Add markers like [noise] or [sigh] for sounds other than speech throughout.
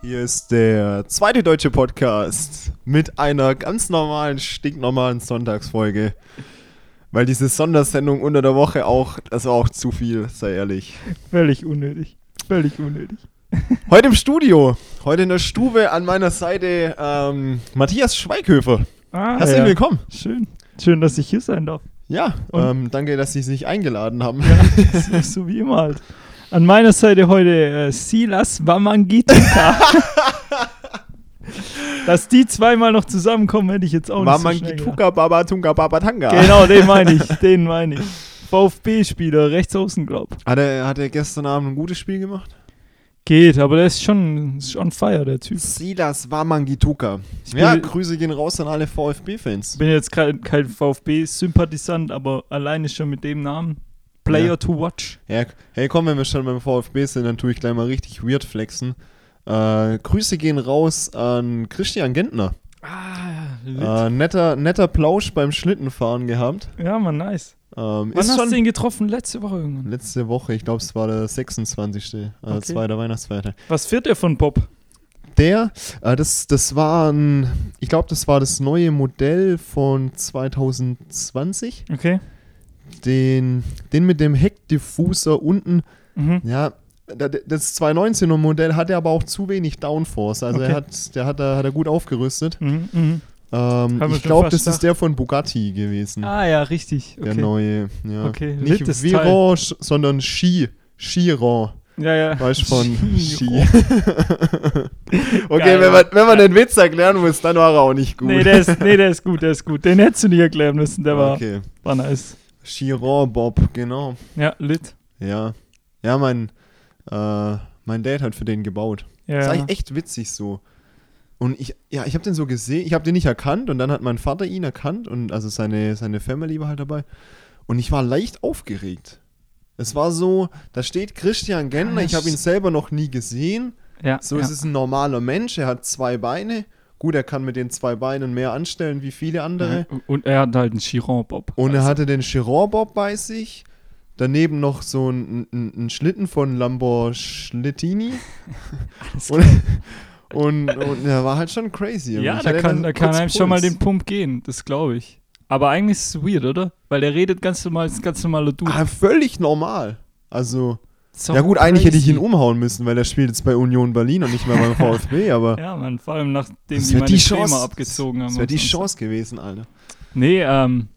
Hier ist der zweite deutsche Podcast mit einer ganz normalen, stinknormalen Sonntagsfolge. Weil diese Sondersendung unter der Woche auch, das war auch zu viel, sei ehrlich. Völlig unnötig. Völlig unnötig. Heute im Studio, heute in der Stube an meiner Seite ähm, Matthias Schweighöfer. Ah, Herzlich willkommen. Schön. Schön, dass ich hier sein darf. Ja, Und- ähm, danke, dass Sie sich eingeladen haben. so, so wie immer halt. An meiner Seite heute äh, Silas [laughs] Wamangitita. dass die zweimal noch zusammenkommen, hätte ich jetzt auch nicht so schnell gedacht. Mamangituka Babatunga Babatanga. Genau, den meine ich. Den meine ich. VfB-Spieler, rechts außen, glaub. Hat er, hat er gestern Abend ein gutes Spiel gemacht? Geht, aber der ist schon ist on fire, der Typ. Silas Wamangituka. bin- Ja, Grüße gehen raus an alle VfB-Fans. bin jetzt kein, kein VfB-Sympathisant, aber alleine schon mit dem Namen. Player Ja. to watch. Ja, hey, komm, wenn wir schon beim VfB sind, dann tue ich gleich mal richtig weird flexen. Äh, Grüße gehen raus an Christian Gentner. Ah, Äh, netter, netter Plausch beim Schlittenfahren gehabt. Ja, man, nice. Ähm, Wann ist hast schon du ihn getroffen? Letzte Woche irgendwann. letzte Woche, ich glaube, es war der 26. Äh, Okay. zweiter Weihnachtsfeiertag. Was fährt er von Bob? Der, äh, das, das war ein, ich glaube, das war das neue Modell von 2020. Okay. Den, den mit dem Heckdiffuser unten Mhm. Ja, da- das 219er Modell hat er aber auch zu wenig Downforce. Also Okay. er hat, der hat, da- hat er gut aufgerüstet. Mhm, mhm. Ähm, Haben wir ich schon glaube, fast das ist gedacht. der von Bugatti gewesen. Ah ja, richtig. Der Okay. neue. Ja. Okay, Nicht lit das Veyron, sch- sondern Ski. Chiron. Ja, ja. Weißt du, [laughs] von Ski. Giro. okay, Geil, wenn man, Mann. wenn man den Witz erklären muss, dann war er auch nicht gut. Nee der, ist, nee, der ist gut, der ist gut. Den hättest du nicht erklären müssen, der war, okay. war nice. Chiron Bob, genau. Ja, lit. Ja. Ja, mein, äh, mein Dad hat für den gebaut. Das Ja. war echt- echt witzig so. Und ich, ja, ich habe den so gesehen, ich habe den nicht erkannt und dann hat mein Vater ihn erkannt und also seine, seine Family war halt dabei. Und ich war leicht aufgeregt. Es war so, da steht Christian Gentner, ich habe ihn selber noch nie gesehen. ja, So, ja. es ist ein normaler Mensch, er hat zwei Beine. Gut, er kann mit den zwei Beinen mehr anstellen wie viele andere. Und er hat halt einen Chiron Bob. Also, Und er hatte den Chiron-Bob bei sich. Daneben noch so ein, ein, ein Schlitten von [laughs] Lamborghini. und, und, und er war halt schon crazy. irgendwie. Ja, Ich da hatte kann, dann da kann kurz einem schon mal Puls. den Pump gehen, das glaube ich. Aber eigentlich ist es weird, oder? Weil der redet ganz normal, ist ein ganz normaler Dude. Ah, völlig normal. Also, So ja gut, eigentlich hätte ich ihn crazy. umhauen müssen, weil er spielt jetzt bei Union Berlin und nicht mehr [laughs] beim VfB, aber Ja, Mann, vor allem nachdem um- das die wäre meine die die Chance. abgezogen haben. Das wäre am die Samstag. Chance gewesen, Alter. Nee, ähm,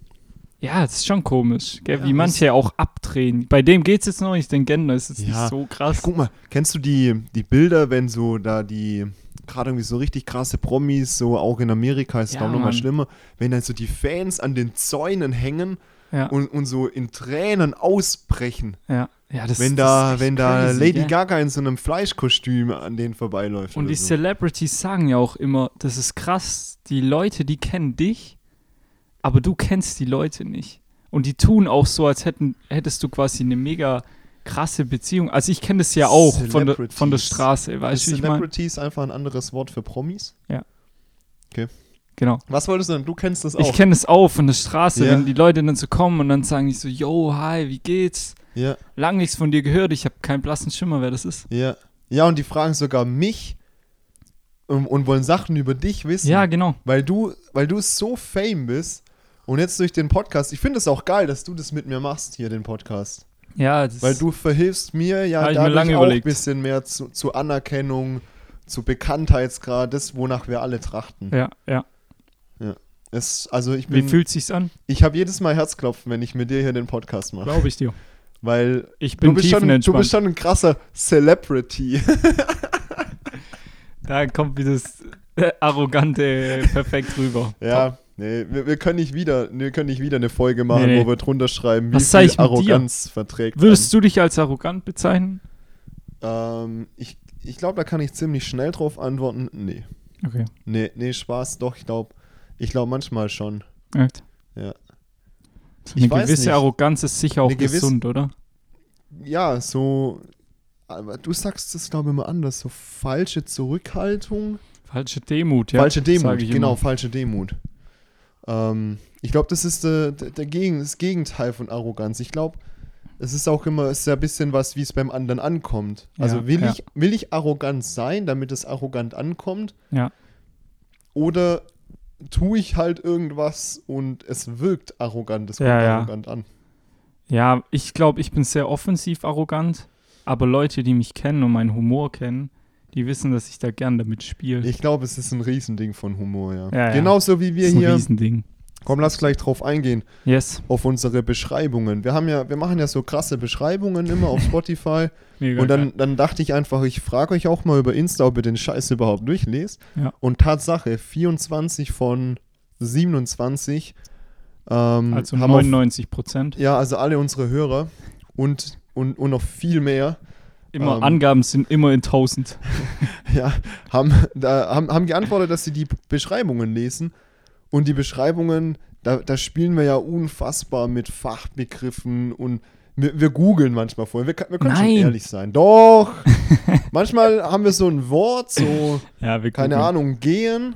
ja, es ist schon komisch, gell, Ja, wie das- manche auch abdrehen. Bei dem geht's jetzt noch nicht, den Gender ist jetzt Ja. nicht so krass. Guck mal, kennst du die, die Bilder, wenn so da die, gerade irgendwie so richtig krasse Promis, so auch in Amerika ist es Ja, glaube ich nochmal Mann. schlimmer, wenn dann so die Fans an den Zäunen hängen Ja, und, und so in Tränen ausbrechen, ja, ja, das wenn das da, echt wenn da crazy, Lady gell? Gaga in so einem Fleischkostüm an denen vorbeiläuft. Und oder die so. Celebrities sagen ja auch immer, das ist krass, die Leute, die kennen dich, aber du kennst die Leute nicht. Und die tun auch so, als hätten, hättest du quasi eine mega krasse Beziehung. Also ich kenne das ja auch von der, von der Celebrities. Straße, weißt du, wie also ich meine? Celebrity ist einfach ein anderes Wort für Promis. Genau. Was wolltest du denn? Du kennst das auch. Ich kenne es auch von der Straße, Ja. wenn die Leute dann so kommen und dann sagen die so, yo, hi, wie geht's? ja, Lang nichts von dir gehört, ich habe keinen blassen Schimmer, wer das ist. ja. Ja, und die fragen sogar mich und, und wollen Sachen über dich wissen. Ja, genau. weil du, weil du so fame bist und jetzt durch den Podcast, ich finde es auch geil, dass du das mit mir machst hier, den Podcast. Ja, das Weil du verhilfst mir ja Hab ich mir dadurch lange auch ein überlegt. bisschen mehr zu, zu Anerkennung, zu Bekanntheitsgrad, das, wonach wir alle trachten. Ja, ja. Es, also ich Wie bin, fühlt sich's an? ich habe jedes Mal Herzklopfen, wenn ich mit dir hier den Podcast mache, Glaube ich dir. weil Ich du bin bist, schon, du tiefenentspannt. bist schon ein krasser [laughs] Celebrity. Da kommt wieder das äh, [laughs] arrogante äh, perfekt rüber. ja. Nee, wir, wir können nicht wieder, wir können nicht wieder eine Folge machen, Nee, nee. wo wir drunter schreiben, wie Was sag viel ich mit dir? Arroganz verträgt. Würdest du dich als arrogant bezeichnen? Ähm, ich ich glaube, da kann ich ziemlich schnell drauf antworten. Nee. Okay. Nee, nee, Spaß, doch, ich glaube, ich glaube manchmal schon. Echt? Ja. Eine weiß gewisse nicht. Arroganz ist sicher auch Eine gewisse- gesund, oder? Ja, so. Aber du sagst es, glaube ich, immer anders. So falsche Zurückhaltung. Falsche Demut, ja. falsche Demut, sag ich genau, immer. falsche Demut. äh, Ähm, ich glaube, das ist der, der, der Gegen, das Gegenteil von Arroganz. Ich glaube, es ist auch immer es ist ja ein bisschen was, wie es beim anderen ankommt. Ja, Also will, ja. ich, will ich arrogant sein, damit es arrogant ankommt? Ja. Oder tue ich halt irgendwas und es wirkt arrogant, es kommt Ja, ja. arrogant an? Ja, ich glaube, ich bin sehr offensiv arrogant, aber Leute, die mich kennen und meinen Humor kennen, die wissen, dass ich da gern damit spiele. Ich glaube, es ist ein Riesending von Humor, ja. Ja, ja. Genauso wie wir ist ein hier, Riesending. komm, lass gleich drauf eingehen, Yes, auf unsere Beschreibungen. Wir haben ja, wir machen ja so krasse Beschreibungen immer auf Spotify. mega. Und geil. dann, dann dachte ich einfach, ich frage euch auch mal über Insta, ob ihr den Scheiß überhaupt durchlest. Ja. Und Tatsache, 24 von 27 ähm, also haben auf, 99 Prozent. ja, also alle unsere Hörer und, und, und noch viel mehr Immer ähm, Angaben sind immer in 1000. ja, haben, da, haben, haben geantwortet, dass sie die Beschreibungen lesen. Und die Beschreibungen, da, da spielen wir ja unfassbar mit Fachbegriffen und wir, wir googeln manchmal vorher. Wir, kann- wir können schon Nein. ehrlich sein. [laughs] Doch! manchmal haben wir so ein Wort, so, Ja, wir keine googeln. Ahnung, gehen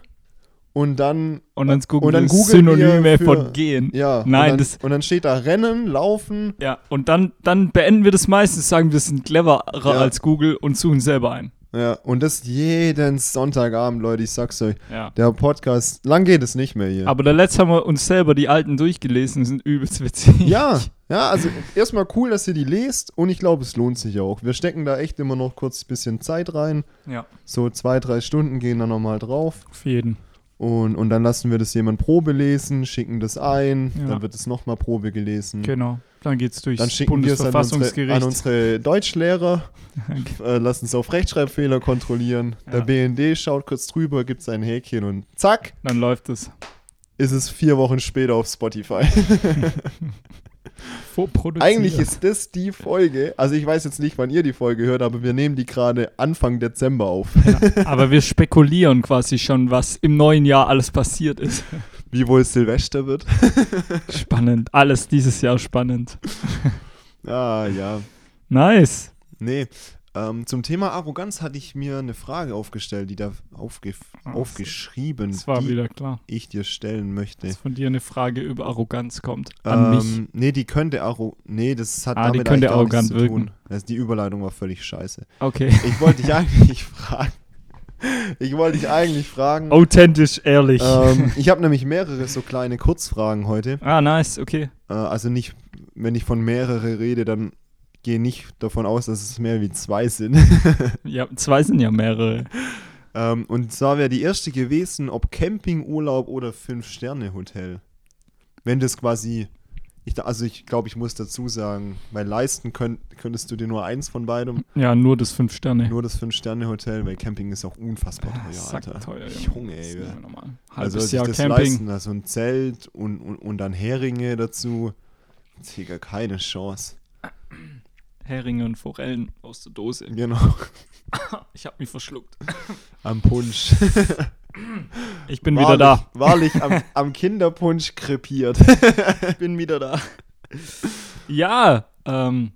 und dann. Und dann googeln Und dann wir googeln wir Synonyme für- von gehen. Ja, und Nein, dann, das- und dann steht da Rennen, Laufen. Ja, und dann, dann beenden wir das meistens, sagen wir sind cleverer Ja. als Google und suchen selber ein. Ja, und das jeden Sonntagabend, Leute, ich sag's euch. Ja. Der Podcast, lang geht es nicht mehr hier. Aber der letzte haben wir uns selber die alten durchgelesen, sind übelst witzig. Ja, ja, also erstmal cool, dass ihr die lest und ich glaube, es lohnt sich auch. Wir stecken da echt immer noch kurz ein bisschen Zeit rein. [laughs] Ja, So zwei, drei Stunden gehen dann nochmal drauf auf jeden. und, und dann lassen wir das jemand Probe lesen, schicken das ein, Ja. dann wird es nochmal Probe gelesen. Genau. Dann geht's durchs Dann schicken wir es an unsere, Bundesverfassungsgericht. an unsere [laughs] Deutschlehrer, Danke. äh, lassen es auf Rechtschreibfehler kontrollieren. Ja. Der BND schaut kurz drüber, gibt sein Häkchen und zack, Dann läuft es. ist es vier Wochen später auf Spotify. Vorproduziert. Eigentlich ist das die Folge. Also ich weiß jetzt nicht, wann ihr die Folge hört, aber wir nehmen die gerade Anfang Dezember auf. [laughs] Aber wir spekulieren quasi schon, was im neuen Jahr alles passiert ist. Wie wohl Silvester wird. Spannend. Alles dieses Jahr spannend. Ah ja. Nice. Nee. Ähm, zum Thema Arroganz hatte ich mir eine Frage aufgestellt, die da aufge Ah, aufgeschrieben, Das war die wieder klar, ich dir stellen möchte. dass von dir eine Frage über Arroganz kommt. ähm, An mich. Nee, die könnte arro nee, das hat Ah, die damit könnte eigentlich auch nichts arrogant zu wirken. tun. Also die Überleitung war völlig scheiße. Okay. Ich wollte dich [laughs] eigentlich fragen. Ich wollte dich eigentlich fragen. Authentisch, ehrlich. ähm, ich habe nämlich mehrere so kleine Kurzfragen heute. ah, nice. Okay. Äh, also nicht, wenn ich von mehrere rede, dann gehe nicht davon aus, dass es mehr wie zwei sind. [laughs] Ja, zwei sind ja mehrere. ähm, und zwar wäre die erste gewesen, ob Campingurlaub oder Fünf-Sterne-Hotel. Wenn das quasi, ich, da- also ich glaube, ich muss dazu sagen, weil leisten könnt, könntest du dir nur eins von beidem, Ja, nur das fünf Sterne. nur das Fünf-Sterne-Hotel, weil Camping ist auch unfassbar teuer, Alter. Ah, Teuer, Junge, ey. wir- Halbes Also sich Jahr das Camping. leisten, also ein Zelt und, und, und dann Heringe dazu. Digga, keine Chance. Heringe und Forellen aus der Dose. Genau. Ich habe mich verschluckt. Am Punsch. Ich [laughs] bin wieder da. Wahrlich am, am Kinderpunsch krepiert. Ich [laughs] bin wieder da. Ja, ähm,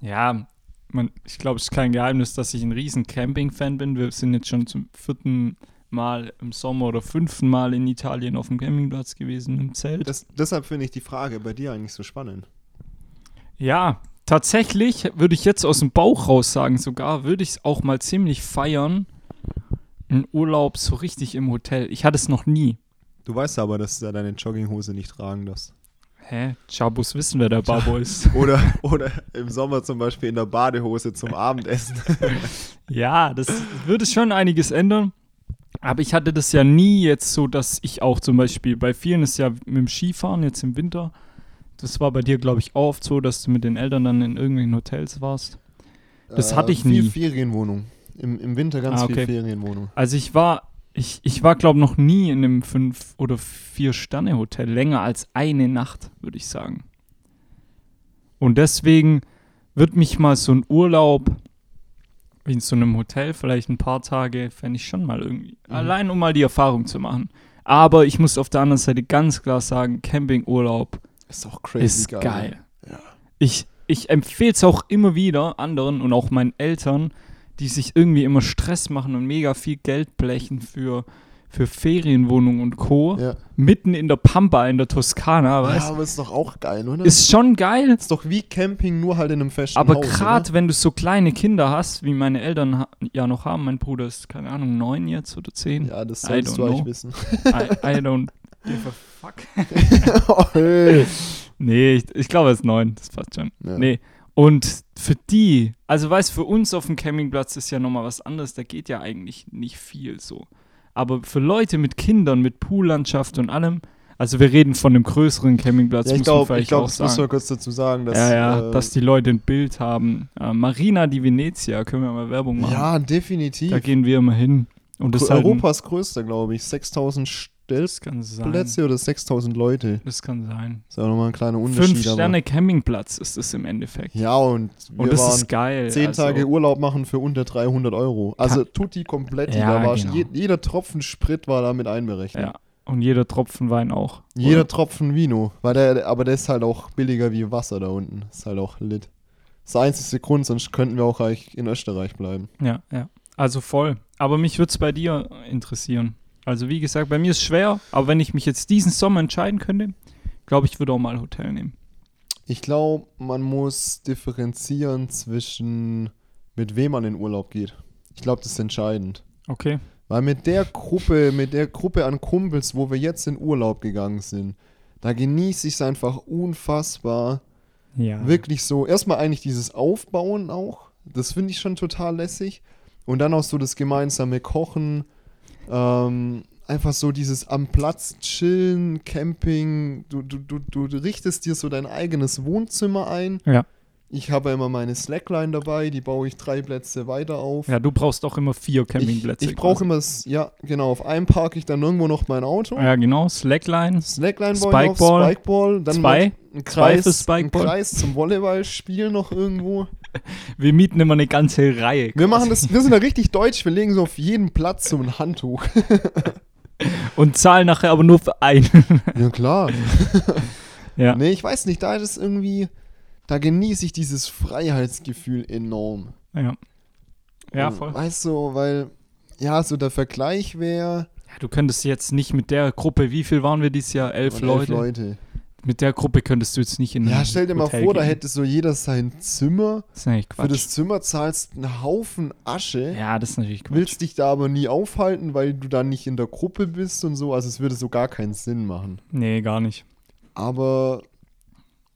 ja, man, ich glaube, es ist kein Geheimnis, dass ich ein riesen Camping-Fan bin. Wir sind jetzt schon zum vierten Mal im Sommer oder fünften Mal in Italien auf dem Campingplatz gewesen, im Zelt. Das, deshalb finde ich die Frage bei dir eigentlich so spannend. Ja, tatsächlich würde ich jetzt aus dem Bauch raus sagen, sogar würde ich es auch mal ziemlich feiern. Ein Urlaub so richtig im Hotel. Ich hatte es noch nie. Du weißt aber, dass du da deine Jogginghose nicht tragen darfst. Hä? Chabos wissen, wer der Babo ist. [laughs] Oder, oder im Sommer zum Beispiel in der Badehose zum Abendessen. Ja, das würde schon einiges ändern. Aber ich hatte das ja nie jetzt so, dass ich auch zum Beispiel, bei vielen ist ja mit dem Skifahren jetzt im Winter, das war bei dir, glaube ich, auch oft so, dass du mit den Eltern dann in irgendwelchen Hotels warst. Das hatte ich nie. Äh, Viel Ferienwohnung. Im, Im Winter ganz Ah, viel okay. Ferienwohnung. Also ich war, ich, ich war, glaube noch nie in einem fünf oder vier Sterne Hotel länger als eine Nacht, würde ich sagen. Und deswegen wird mich mal so ein Urlaub in so einem Hotel vielleicht ein paar Tage, fände ich schon mal irgendwie. Mhm. Allein um mal die Erfahrung zu machen. Aber ich muss auf der anderen Seite ganz klar sagen, Campingurlaub Ist doch crazy ist geil. Ja. Ich, ich empfehle es auch immer wieder anderen und auch meinen Eltern, die sich irgendwie immer Stress machen und mega viel Geld blechen für, für Ferienwohnungen und Co. Ja. Mitten in der Pampa in der Toskana, weißt Ja, aber ist doch auch geil, oder? Ist schon geil, ist doch wie Camping, nur halt in einem festen aber Haus, oder? gerade wenn du so kleine Kinder hast, wie meine Eltern ha- ja noch haben, mein Bruder ist, keine Ahnung, neun jetzt oder zehn. Ja, das I solltest don't du eigentlich know. wissen. [laughs] I, I don't give a fuck. oh, hey. [laughs] Nee, ich, ich glaube, er ist neun, das passt schon. Ja. Nee. Und für die, also weißt für uns auf dem Campingplatz ist ja nochmal was anderes, da geht ja eigentlich nicht viel so. Aber für Leute mit Kindern, mit Poollandschaft und allem, also wir reden von einem größeren Campingplatz, Ja, ich muss man glaube, vielleicht ich glaub, auch das muss man sagen. kurz dazu sagen, dass. ja, ja, äh, dass die Leute ein Bild haben. Äh, Marina di Venezia, können wir mal Werbung machen. ja, Da definitiv. gehen wir immer hin. Und das ist halt ein, Europas größter, glaube ich. 6000 das kann sein. Stellplätze oder 6000 Leute. Das kann sein. Das ist auch nochmal ein kleiner Unterschied. Fünf Sterne Campingplatz ist es im Endeffekt. Aber. Ja, und wir und das waren ist geil. zehn also. Tage Urlaub machen für unter 300 Euro. Also Tutti kompletti. Ja, da war genau. je, jeder Tropfen Sprit war damit einberechnet. Ja. Und jeder Tropfen Wein auch. Jeder Oder? Tropfen Vino. Weil der, aber der ist halt auch billiger wie Wasser da unten. Ist halt auch lit. Das ist der einzige Grund, sonst könnten wir auch eigentlich in Österreich bleiben. Ja, ja. Also voll. Aber mich würde es bei dir interessieren. Also wie gesagt, bei mir ist schwer, aber wenn ich mich jetzt diesen Sommer entscheiden könnte, glaube ich, würde auch mal Hotel nehmen. Ich glaube, man muss differenzieren zwischen, mit wem man in Urlaub geht. Ich glaube, das ist entscheidend. Okay. Weil mit der Gruppe, mit der Gruppe an Kumpels, wo wir jetzt in Urlaub gegangen sind, da genieße ich es einfach unfassbar. Ja. Wirklich so, erstmal eigentlich dieses Aufbauen auch, das finde ich schon total lässig. Und dann auch so das gemeinsame Kochen, ähm, einfach so dieses am Platz chillen, Camping. Du, du, du, du richtest dir so dein eigenes Wohnzimmer ein. Ja. Ich habe ja immer meine Slackline dabei, die baue ich drei Plätze weiter auf. Ja, du brauchst auch immer vier Campingplätze. Ich, ich brauche quasi. immer, das, ja, genau, auf einem parke ich dann irgendwo noch mein Auto. Ja, genau. Slackline. Slackline baue ich auf, Spikeball. Spikeball, dann Zwei. ein Zwei für Kreis, ein Spikeball. Kreis zum Volleyballspiel noch irgendwo. Wir mieten immer eine ganze Reihe. Wir quasi. machen das, wir sind da richtig deutsch, wir legen so auf jeden Platz so ein [laughs] Handtuch. Und zahlen nachher aber nur [laughs] für einen. Ja, klar. ja. Nee, ich weiß nicht, da ist es irgendwie, da genieße ich dieses Freiheitsgefühl enorm. Ja. Ja, Und voll. Weißt du, weil, ja, so der Vergleich wäre. Ja, du könntest jetzt nicht mit der Gruppe, wie viel waren wir dieses Jahr? Elf, Elf Leute. Mit der Gruppe könntest du jetzt nicht in Ja, ein stell dir mal Mhm. Hotel vor, da gehen. hätte so jeder sein Zimmer. Das ist natürlich Quatsch. Für das Zimmer zahlst einen Haufen Asche. ja, das ist natürlich Quatsch. Willst dich da aber nie aufhalten, weil du dann nicht in der Gruppe bist und so. Also es würde so gar keinen Sinn machen. Nee, gar nicht. Aber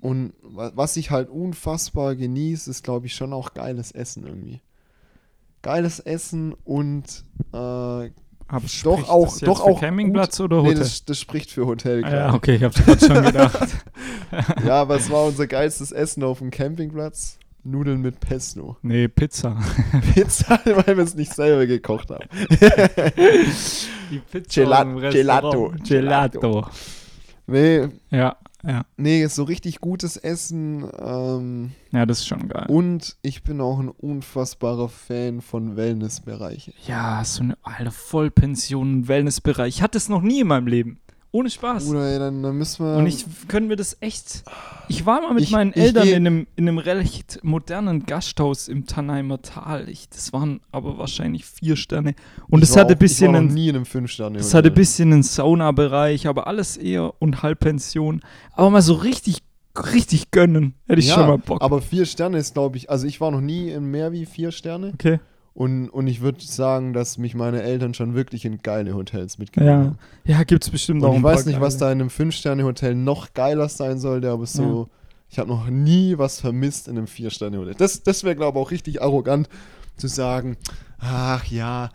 und wa- was ich halt unfassbar genieße, ist glaube ich schon auch geiles Essen irgendwie. Geiles Essen und äh, Aber doch auch doch auch Campingplatz gut, oder Nee, Hotel? das, das spricht für Hotel. Ah Klar. ja, okay, ich habe gerade schon gedacht. [laughs] Ja, aber es war unser geilstes Essen auf dem Campingplatz. Nudeln mit Pesto. [laughs] Nee, Pizza. Pizza, weil wir es nicht selber gekocht haben. Die Pizza Gelat- im Restaurant. Gelato. Gelato. Nee, Ja, ja. nee, so richtig gutes Essen. Ähm, Ja, das ist schon geil. Und ich bin auch ein unfassbarer Fan von Wellnessbereichen. Ja, so eine alte Vollpension, Wellnessbereich. Ich hatte es noch nie in meinem Leben. Ohne Spaß. Oder dann, dann müssen wir. Und ich können wir das echt. Ich war mal mit ähm. Ich- meinen ich Eltern geh- in, einem, in einem recht modernen Gasthaus im Tannheimer Tal. Ich, das waren aber wahrscheinlich vier Sterne. Und ich es war hatte auch, ein bisschen Ich war einen noch nie in einem Fünf-Sterne. Das hatte ein bisschen einen Saunabereich, aber alles eher und Halbpension. Aber mal so richtig, richtig gönnen. Hätte ich ja, schon mal Bock. Aber vier Sterne ist, glaube ich. Also ich war noch nie in mehr wie vier Sterne. okay. Und, und ich würde sagen, dass mich meine Eltern schon wirklich in geile Hotels mitgenommen Ja, haben. ja gibt's bestimmt auch genau. Und ich ein paar weiß nicht, was geile. da in einem Fünf-Sterne-Hotel noch geiler sein sollte, aber so. Ich habe noch nie was vermisst in einem Vier-Sterne-Hotel. Das, das wäre, glaube ich, auch richtig arrogant zu sagen, ach ja,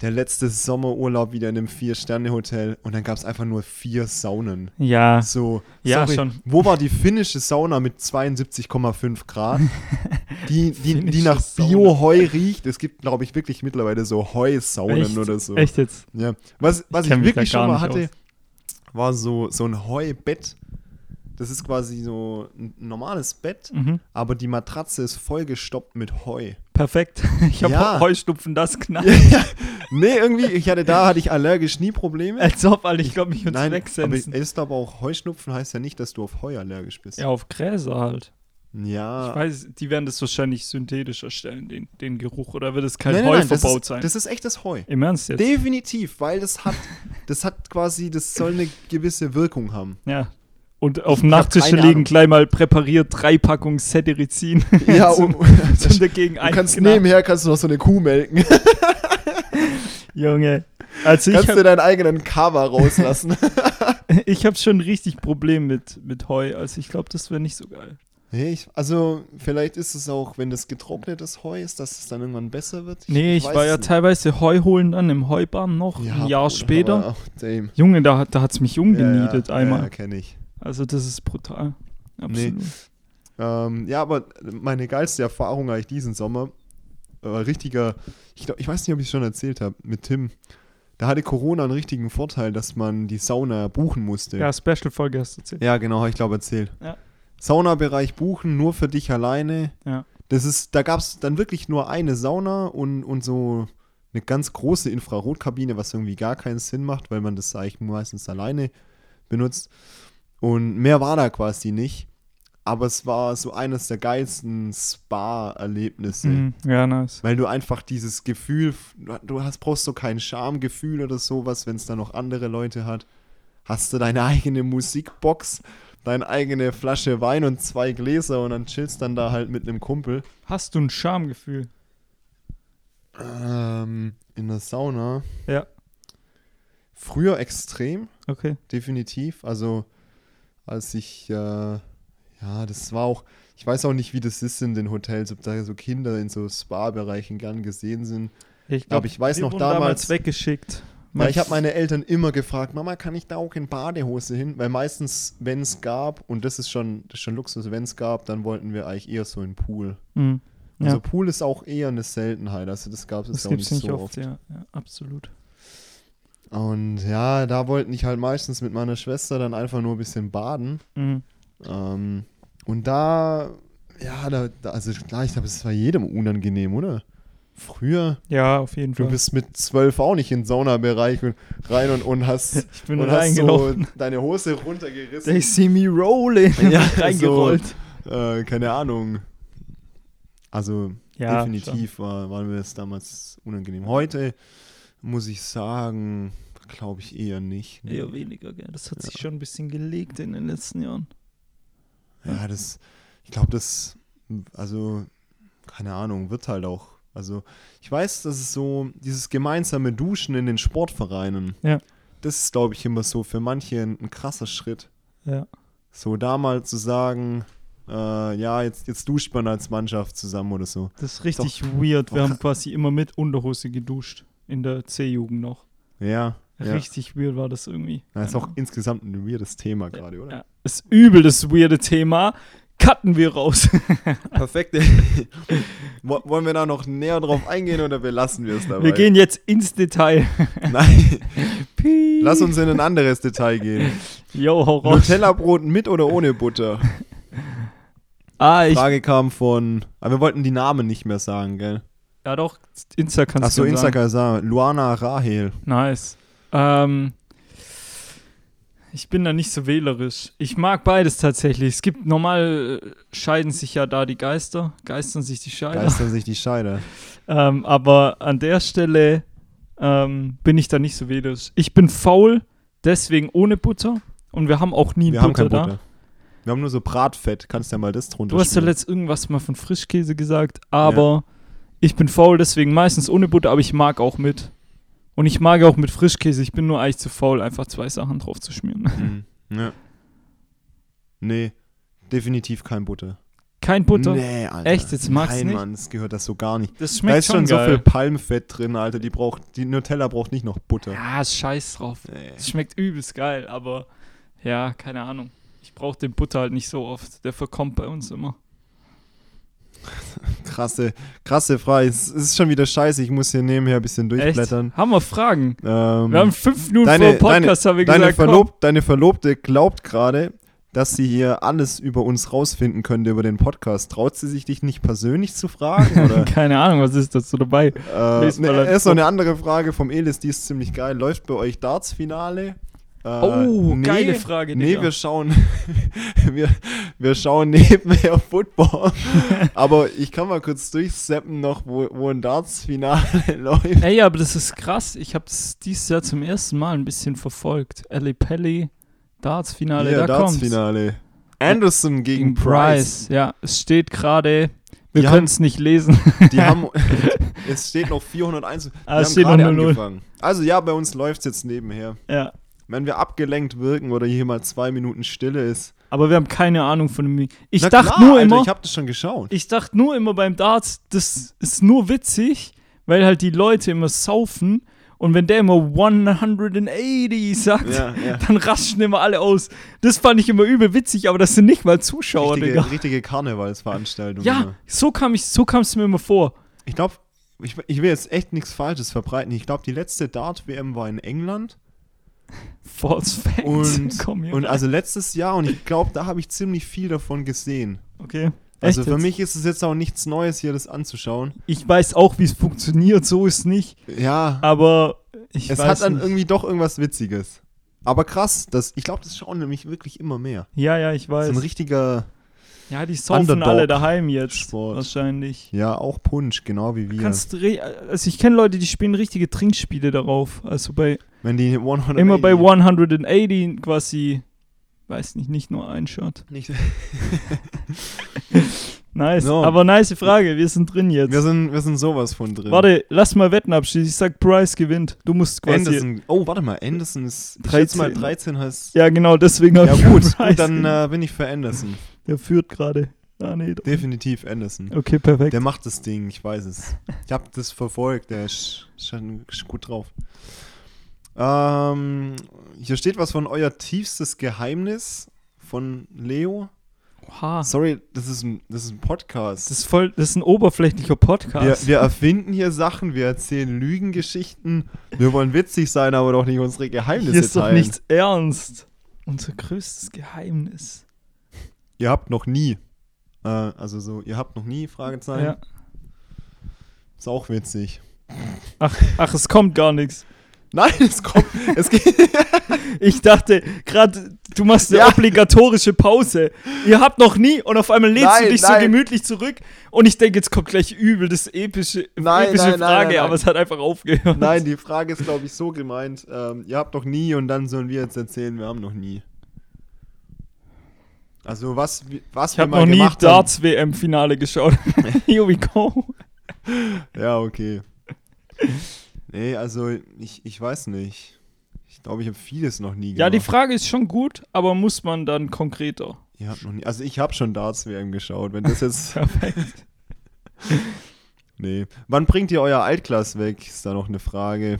der letzte Sommerurlaub wieder in einem Vier-Sterne-Hotel und dann gab es einfach nur vier Saunen. Ja, So, [laughs] Ja, sorry, schon. wo war die finnische Sauna mit 72,5 Grad, [laughs] die, die, die Finnische nach Sauna. Bio-Heu riecht? Es gibt, glaube ich, wirklich mittlerweile so Heusaunen echt, oder so. echt jetzt. Ja. Was, was ich kenn mich da wirklich schon gar mal nicht hatte, aus. war so, so ein Heubett. Das ist quasi so ein normales Bett, Mhm. aber die Matratze ist vollgestopft mit Heu. Perfekt. [laughs] Ich habe Ja. Heustupfen, das knallt. [laughs] Nee, irgendwie, ich hatte da hatte ich allergisch nie Probleme. Als ob, Alter, ich glaube, mich würde Nein, aber wegsetzen. ist aber auch Heuschnupfen heißt ja nicht, dass du auf Heu allergisch bist. Ja, auf Gräser halt. Ja. Ah. Ich weiß, die werden das wahrscheinlich synthetisch erstellen, den, den Geruch. Oder wird es kein nein, nein, Halt Heu nein, das verbaut ist, sein? Das ist echtes [laughs] Heu. Im Ernst jetzt? Definitiv, weil das hat, das hat quasi, das soll eine gewisse Wirkung [laughs] haben. ja. Und auf dem Ich hab Nachttisch keine liegen Ahnung. gleich mal präpariert drei Packungen Cetirizin. [laughs] Ja, [laughs] zum, um, zum [laughs] dagegen du kannst einknacken. nebenher kannst du noch so eine Kuh melken. [laughs] Junge. Also ich kannst du habe deinen eigenen Kava rauslassen. [laughs] ich hab schon richtig Problem mit, mit Heu. Also ich glaube, das wäre nicht so geil. nee, ich, also vielleicht ist es auch, wenn das getrocknetes Heu ist, dass es dann irgendwann besser wird. Nee, ich, weiß war es ja nicht. teilweise Heu holen dann im Heubaum noch, Ja, ein Jahr Bruder, später. aber auch dem. Junge, da, hat- da hat es mich jung Ja, ja, genietet einmal. Ja, kenne ich. Also das ist brutal. Absolut. Ähm, ja, aber meine geilste Erfahrung eigentlich diesen Sommer, äh, richtiger, ich, glaub, ich weiß nicht, ob ich es schon erzählt habe, mit Tim. Da hatte Corona einen richtigen Vorteil, dass man die Sauna buchen musste. Ja, Special-Folge hast du erzählt. Ja, genau, hab ich glaube erzählt. Ja. Saunabereich buchen, nur für dich alleine. Ja. Das ist, da gab es dann wirklich nur eine Sauna und, und so eine ganz große Infrarotkabine, was irgendwie gar keinen Sinn macht, weil man das eigentlich meistens alleine benutzt. Und mehr war da quasi nicht. Aber es war so eines der geilsten Spa-Erlebnisse. Mhm. Ja, nice. Weil du einfach dieses Gefühl, du- du hast, brauchst so kein Schamgefühl oder sowas, wenn es dann noch andere Leute hat. Hast du deine eigene Musikbox, deine eigene Flasche Wein und zwei Gläser und dann chillst dann da halt mit einem Kumpel. Hast du ein Schamgefühl? Ähm, in der Sauna. Ja. Früher extrem, Okay. definitiv. Also als ich, äh, ja, das war auch, ich weiß auch nicht, wie das ist in den Hotels, ob da so Kinder in so Spa-Bereichen gern gesehen sind. Ich glaub, ich weiß wir noch wurden damals- weggeschickt. Ja, ich habe meine Eltern immer gefragt, Mama, kann ich da auch in Badehose hin? Weil meistens, wenn es gab, und das ist schon, das ist schon Luxus, wenn es gab, dann wollten wir eigentlich eher so einen Pool. Mhm. Ja. Also Pool ist auch eher eine Seltenheit, also das gab es Das auch nicht gibt's so nicht oft. oft, ja. ja. Absolut. Und ja, da wollten ich halt meistens mit meiner Schwester dann einfach nur ein bisschen baden. Mhm. Ähm, und da, ja, da, da also klar, ich glaube, es war jedem unangenehm, oder? Früher, Ja, auf jeden du Fall. bist mit zwölf auch nicht in den Saunabereich und rein und, und [laughs] hast [laughs] ich bin und hast [laughs] so reingelaufen. deine Hose They runtergerissen. see me rolling. [laughs] Ja, also Reingerollt. Äh, keine Ahnung. Also Ja, definitiv war, waren wir es damals unangenehm. Heute muss ich sagen, glaube ich eher nicht. ne? Eher weniger, gell. Das hat sich schon ein bisschen gelegt in den letzten Jahren. Ja, das, ich glaube, das, also, keine Ahnung, wird halt auch. Also, ich weiß, dass es so, dieses gemeinsame Duschen in den Sportvereinen, Ja. das ist, glaube ich, immer so für manche ein, ein krasser Schritt. Ja. So damals zu sagen, äh, ja, jetzt, jetzt duscht man als Mannschaft zusammen oder so. Das ist richtig weird. Wir haben quasi immer mit Unterhose geduscht. In der C-Jugend noch. Ja. ja. Richtig weird war das irgendwie. Das ist auch insgesamt ein weirdes Thema gerade, oder? Ja, ist übel das weirde Thema. Cutten wir raus. [laughs] Perfekt. Wo- Wollen wir da noch näher drauf eingehen oder belassen wir es dabei? Wir gehen jetzt ins Detail. Nein, Piep. lass uns in ein anderes Detail gehen. Yo, hau raus. Nutella-Brot mit oder ohne Butter? Ah, ich. Frage kam von. Aber wir wollten die Namen nicht mehr sagen, gell? Ja, doch. Insta kannst Achso, du sagen. Instagram sagen. Luana Rahel. Nice. Ähm, ich bin da nicht so wählerisch. Ich mag beides tatsächlich. Es gibt normal äh, scheiden sich ja da die Geister, geistern sich die Scheider. Geistern sich die Scheide. Ähm, aber an der Stelle ähm, bin ich da nicht so wählerisch. Ich bin faul, deswegen ohne Butter. Und wir haben auch nie Wir Butter, haben keine da. Butter. Wir haben nur so Bratfett. Kannst ja mal das drunter Du hast ja schmieren. letzt irgendwas mal von Frischkäse gesagt, aber ich bin faul, deswegen meistens ohne Butter, aber ich mag auch mit. Und ich mag auch mit Frischkäse. Ich bin nur eigentlich zu faul, einfach zwei Sachen drauf zu schmieren. Mhm. Ja. Nee, definitiv kein Butter. Kein Butter. Nee, Alter. Echt, jetzt magst Nein, nicht? Mann, das gehört das so gar nicht. Das da schmeckt ist schon schon, so viel geil. Palmfett drin, Alter. Die braucht, die Nutella braucht nicht noch Butter. ja, ist scheiß drauf. Nee. Es schmeckt übelst geil, aber ja, keine Ahnung. Ich brauche den Butter halt nicht so oft. Der verkommt bei uns immer. Krasse, krasse Frage. Es ist schon wieder scheiße. Ich muss hier nebenher ein bisschen Echt? durchblättern. Haben wir Fragen? Ähm, Wir haben fünf Minuten deine- vor dem Podcast, haben wir deine, gesagt, komm, Verlob, deine Verlobte glaubt gerade, dass sie hier alles über uns rausfinden könnte, über den Podcast. Traut sie sich, dich nicht persönlich zu [laughs] fragen? Oder? Keine Ahnung, was ist dazu dabei? Äh, Lest mal ne, ein- erst noch eine andere Frage vom Elis, die ist ziemlich geil. Läuft bei euch Darts-Finale? Oh, geile Frage, Äh, Nee, Digga. wir schauen, [laughs] wir, wir schauen nebenher [laughs] [laughs] Football. aber ich kann mal kurz durchseppen noch, wo, wo ein Darts-Finale [laughs] läuft. Ey, aber das ist krass. Ich habe es dieses Jahr zum ersten Mal ein bisschen verfolgt. Ali Pelli, Darts-Finale, da kommt's. Darts-Finale. Anderson gegen, Gegen Price. Price. Ja, es steht gerade. Wir Die können es nicht lesen. [laughs] Die haben, es steht noch 401. Die Ah, es haben steht noch gerade 0-0. angefangen. Also ja, bei uns läuft es jetzt nebenher. ja. Wenn wir abgelenkt wirken oder hier mal zwei Minuten Stille ist. Aber wir haben keine Ahnung von dem. Ich Na dachte klar, nur Alter, immer, Ich habe das schon geschaut. ich dachte nur immer beim Darts, das ist nur witzig, weil halt die Leute immer saufen und wenn der immer 180 sagt, Ja, ja. [laughs] dann raschen immer alle aus. Das fand ich immer übel witzig, aber das sind nicht mal Zuschauer, Digga. Richtige, richtige Karnevalsveranstaltung. Ja, immer. so kam ich, so kam es mir immer vor. Ich glaube, ich, ich will jetzt echt nichts Falsches verbreiten. Ich glaube, die letzte Dart-WM war in [laughs] England. False Fact. Und, [laughs] Komm hier. und also letztes Jahr. Und ich glaube, da habe ich ziemlich viel davon gesehen. okay. Also Echt für jetzt? mich ist es jetzt auch nichts Neues, hier das anzuschauen. Ich weiß auch, wie es funktioniert, so ist nicht. Ja, Aber ich es weiß hat dann nicht. irgendwie doch irgendwas Witziges. Aber krass, das, ich glaube, das schauen nämlich wirklich immer mehr. Ja, ja, ich So weiß. ein richtiger, Ja, die saufen Underdog alle daheim jetzt. Sport. Wahrscheinlich. ja, auch Punsch, genau wie wir. Kannst re- also ich kenne Leute, die spielen richtige Trinkspiele darauf. Also bei Wenn die 100 immer bei 180 quasi, weiß nicht, nicht nur ein Shot. Nicht, Nice. So. Aber nice Frage, wir sind drin [laughs] jetzt. wir, sind, wir sind sowas von drin. Warte, lass mal Wetten abschließen. Ich sag, Price gewinnt. Du musst quasi. Anderson. Oh, warte mal, Anderson ist. Ich schätze mal 13. 13 heißt. Ja, genau, deswegen hab Ja, ich gut, Price gut, dann gewinnt. äh, bin ich für Anderson. Der führt gerade. Ah, nee. doch. Definitiv Anderson. Okay, perfekt. Der macht das Ding, ich weiß es. Ich habe das verfolgt, der ist schon ist gut drauf. Ähm, hier steht was von euer tiefstes Geheimnis von Leo. Oha. Sorry, das ist ein, das ist ein Podcast. Das ist voll, das ist ein oberflächlicher wir, Podcast. wir erfinden hier Sachen, wir erzählen Lügengeschichten. Wir wollen witzig sein, aber doch nicht unsere Geheimnisse Hier ist doch teilen. nichts ernst. Unser größtes Geheimnis. Ihr habt noch nie. Äh, also so, ihr habt noch nie, Fragezeichen. Ja. Ist auch witzig. Ach, ach, es kommt gar nichts. Nein, es kommt. es geht. Ich dachte gerade, du machst eine Ja. obligatorische Pause. Ihr habt noch nie und auf einmal lehnst Nein, du dich nein. so gemütlich zurück und ich denke, jetzt kommt gleich übel das epische, Nein, epische nein, nein, Frage, nein, nein. aber es hat einfach aufgehört. Nein, die Frage ist, glaube ich, so gemeint. Ähm, ihr habt noch nie und dann sollen wir jetzt erzählen, wir haben noch nie. Also was, wi- was ich habe noch nie gemacht haben. Darts WM [laughs] Finale geschaut. Here we go. Ja, okay. Nee, also ich, ich weiß nicht. Ich glaube, ich habe vieles noch nie Ja, gemacht. die Frage ist schon gut, aber muss man dann konkreter? Ihr habt noch nie, also ich habe schon Darts WM geschaut, wenn das jetzt [laughs] Perfekt. Nee. Wann bringt ihr euer Altglas weg? Ist da noch eine Frage.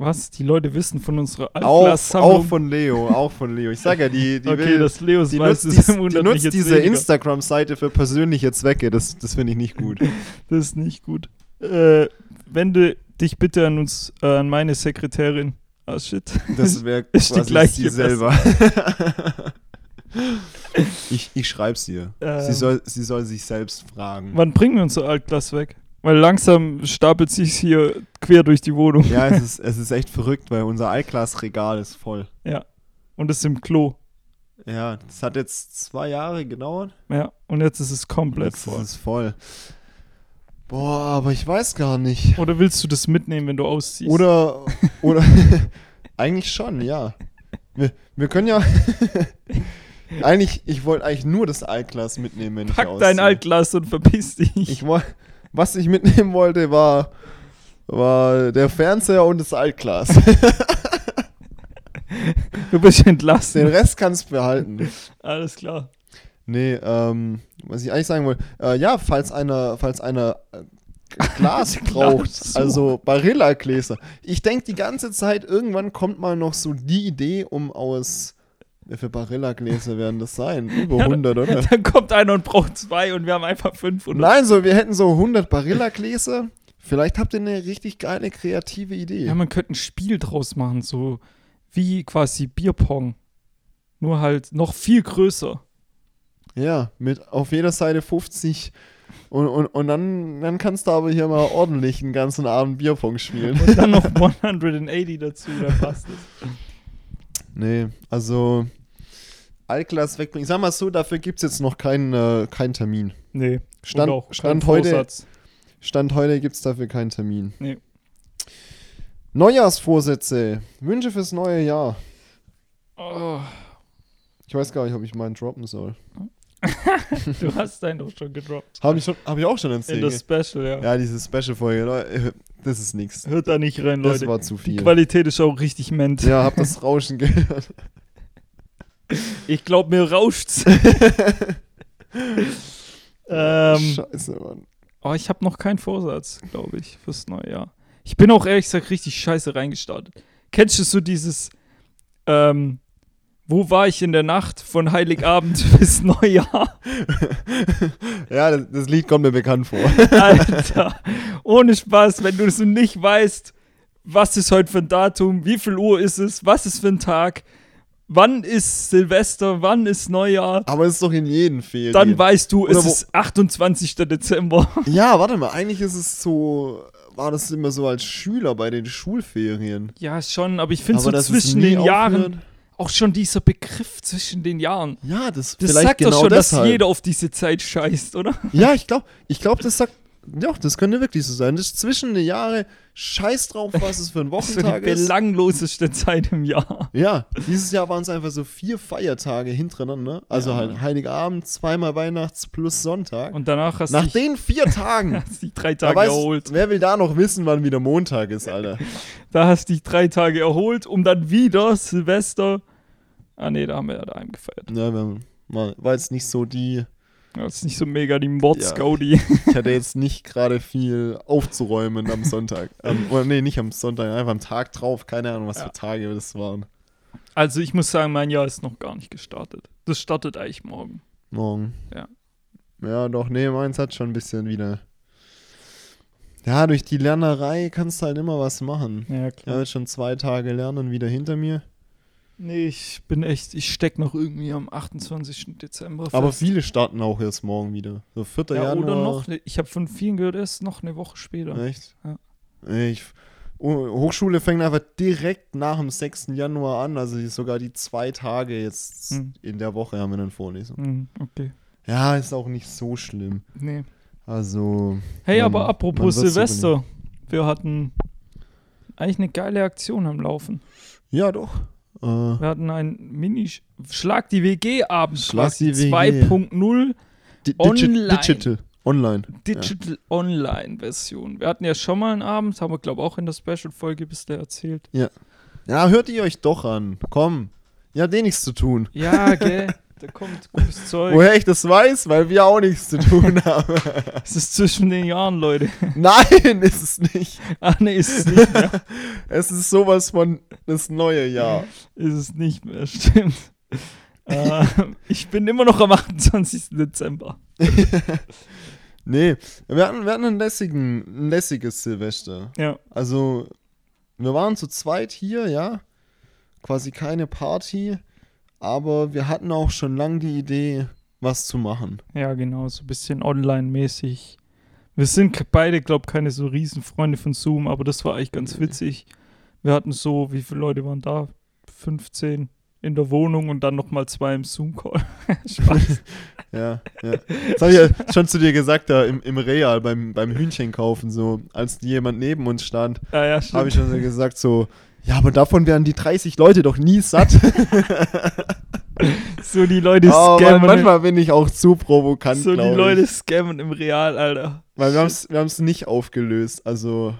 Was? Die Leute wissen von unserer Auch, auch Altglassammlung. von Leo, auch von Leo. Ich sag ja, die, die, Okay, will, dass Leos die nutzt, weiß, das dies, die wundert mich nutzt jetzt diese weniger. Instagram-Seite für persönliche Zwecke. Das, das finde ich nicht gut. Das ist nicht gut. Äh, wende dich bitte an uns, äh, an meine Sekretärin. Ah, shit. [laughs] Das wäre Ist die quasi gleiche sie selber. [laughs] ich ich schreib's ihr. Sie, Ähm. soll, sie soll sich selbst fragen. Wann bringen wir unser Altglas weg? Weil langsam stapelt sich hier quer durch die Wohnung. Ja, [laughs] es ist, es ist echt verrückt, weil unser Altglasregal ist voll. Und ist im Klo. Ja, das hat jetzt zwei Jahre gedauert. Ja. Und jetzt ist es komplett Jetzt voll. ist es voll. Boah, aber ich weiß gar nicht. Oder willst du das mitnehmen, wenn du ausziehst? Oder, [laughs] oder eigentlich schon, ja. Wir, wir können ja [laughs] eigentlich, ich wollte eigentlich nur das Altglas mitnehmen, wenn ich Pack ausziehe. dein Altglas und verpiss dich. Ich woll, was ich mitnehmen wollte, war, war der Fernseher und das Altglas. [laughs] du bist entlassen. Den Rest kannst du behalten. Alles klar. Nee, ähm, was ich eigentlich sagen wollte, äh, ja, falls einer, falls einer [laughs] äh, Glas braucht, sucht. also Barilla-Gläser. Ich denke die ganze Zeit, irgendwann kommt mal noch so die Idee, um aus, wie viele Barilla-Gläser werden das [laughs] sein? Über 100, oder? Dann kommt einer und braucht zwei und wir haben einfach fünf. Und Nein, so, wir hätten so 100 Barilla-Gläser. Vielleicht habt ihr eine richtig geile, kreative Idee. Ja, man könnte ein Spiel draus machen, so wie quasi Bierpong. Nur halt noch viel größer. Ja, mit auf jeder Seite 50. Und, und, und dann, dann kannst du aber hier mal ordentlich einen ganzen [laughs] [laughs] Abend Bierpong spielen. Und dann noch 180 dazu, dann passt es. Nee, also Altglas wegbringen. Ich sag mal so, dafür gibt es jetzt noch keinen äh, keinen Termin. Nee. Stand- und auch kein Stand heute- [laughs] Vorsatz. Stand heute gibt es dafür keinen Termin. Nee. Neujahrsvorsätze. Wünsche fürs neue Jahr. Oh, Ich weiß gar nicht, ob ich meinen droppen soll. du hast deinen doch schon gedroppt. Habe ich, schon- hab ich auch schon In erzählt. der Special, ja. ja, diese Special-Folge. Leute, [laughs] Das ist nichts. Hört da nicht rein, Das Leute. war zu Die viel. Qualität ist auch richtig ment. Ja, hab das Rauschen gehört. Ich glaube, [laughs] mir rauscht's. ähm, [laughs] Scheiße, Mann. oh, ich habe noch keinen Vorsatz, glaube ich, fürs neue Jahr. Ich bin auch ehrlich gesagt richtig scheiße reingestartet. Kennst du so dieses, ähm, wo war ich in der Nacht von Heiligabend [laughs] bis Neujahr? Ja, das, das Lied kommt mir bekannt [laughs] vor. Alter, ohne Spaß, wenn du so nicht weißt, was ist heute für ein Datum, wie viel Uhr ist es, was ist für ein Tag, wann ist Silvester, wann ist Neujahr, Aber es ist doch in jedem Ferien. dann weißt du, es Oder wo- ist 28. Dezember. ja, warte mal. Eigentlich ist es so, war das immer so als Schüler bei den Schulferien. Ja, schon, aber ich finde so dass es zwischen nie den Jahren, aufhört. auch schon dieser Begriff zwischen den Jahren. Ja, das, Das vielleicht sagt genau doch schon, deshalb. dass jeder auf diese Zeit scheißt, oder? Ja, ich glaube, ich glaub, das sagt. Ja, das könnte wirklich so sein. Das ist zwischen den Jahren scheiß drauf, was es für [laughs] ein Das ist so die Wochentag ist. belangloseste Zeit im Jahr. Ja, dieses Jahr waren es einfach so vier Feiertage hintereinander. Also Ja. halt Heiligabend, zweimal Weihnachts plus Sonntag. Und danach hast du Nach dich, den vier [laughs] Tagen. hast dich drei da Tage weiß, erholt. wer will da noch wissen, wann wieder Montag ist, Alter? Da hast du dich drei Tage erholt, um dann wieder Silvester. Ah, nee, da haben wir ja daheim gefeiert. Ja, wir- mal, war jetzt nicht so die. Das ist nicht so mega die Ja. Mordsgaudi. Ich hatte jetzt nicht gerade viel aufzuräumen am [laughs] Sonntag. Am, oder nee, nicht am Sonntag, einfach am Tag drauf. Keine Ahnung, was Ja. für Tage das waren. [laughs] Also, ich muss sagen, mein Jahr ist noch gar nicht gestartet. Das startet eigentlich morgen. Morgen. Ja. Ja, doch, nee, meins hat schon ein bisschen wieder. Ja, durch die Lernerei kannst du halt immer was machen. Ja, Ich habe jetzt schon zwei Tage Lernen wieder hinter mir. Nee, ich bin echt, ich steck noch irgendwie am 28. Dezember fest. Aber viele starten auch erst morgen wieder. So 4. ja, Januar. oder noch, ne- ich habe von vielen gehört, erst noch eine Woche später. Echt? Ja. Ich, oh, Hochschule fängt einfach direkt nach dem 6. Januar an. Also die- sogar die zwei Tage jetzt Hm. in der Woche haben wir dann Vorlesung. Hm, okay. Ja, ist auch nicht so schlimm. Nee. Also, Hey, Man- aber apropos man wird's Silvester, wir hatten eigentlich eine geile Aktion am Laufen. ja, doch. Äh, Wir hatten einen Mini Schlag die WG Abend Schlag quasi die WG. 2.0 di- Online. Digital. Online. Digital Online Version. Wir hatten ja schon mal einen Abend, haben wir glaube auch in der Special Folge bis der erzählt. Ja, hört ihr euch doch an. Komm. Ihr habt eh nichts zu tun. [laughs] Ja, gell, da kommt gutes Zeug. Woher ich das weiß? Weil wir auch nichts zu tun [laughs] haben. Es ist zwischen den Jahren, Leute. Nein, [laughs] ist es nicht. Ah, nee, ist es nicht mehr. Es ist sowas von das neue Jahr. ist es nicht mehr, [laughs] stimmt. ähm, ich bin immer noch am 28. Dezember. Nee, wir hatten, wir hatten einen lässigen, ein lässiges Silvester. Ja. Also, wir waren zu zweit hier, ja. Quasi keine Party, aber wir hatten auch schon lange die Idee, was zu machen. Ja, genau, so ein bisschen online-mäßig. Wir sind k- beide, glaube ich, keine so riesen Freunde von Zoom, aber das war eigentlich ganz witzig. Wir hatten so, wie viele Leute waren da? 15 in der Wohnung und dann nochmal zwei im [laughs] Zoom-Call. Spaß. Ja, ja. Das habe ich ja schon zu dir gesagt, da im, im Real, beim, beim Hühnchen kaufen, so, als jemand neben uns stand, ja, ja, habe ich schon stimmt. so gesagt, so, ja, aber davon werden die 30 Leute doch nie satt. [laughs] So die Leute Aber man- scammen. manchmal bin ich auch zu provokant, so die glaub ich. Leute scammen im Real, Alter. Weil wir haben es wir haben's nicht aufgelöst. Also,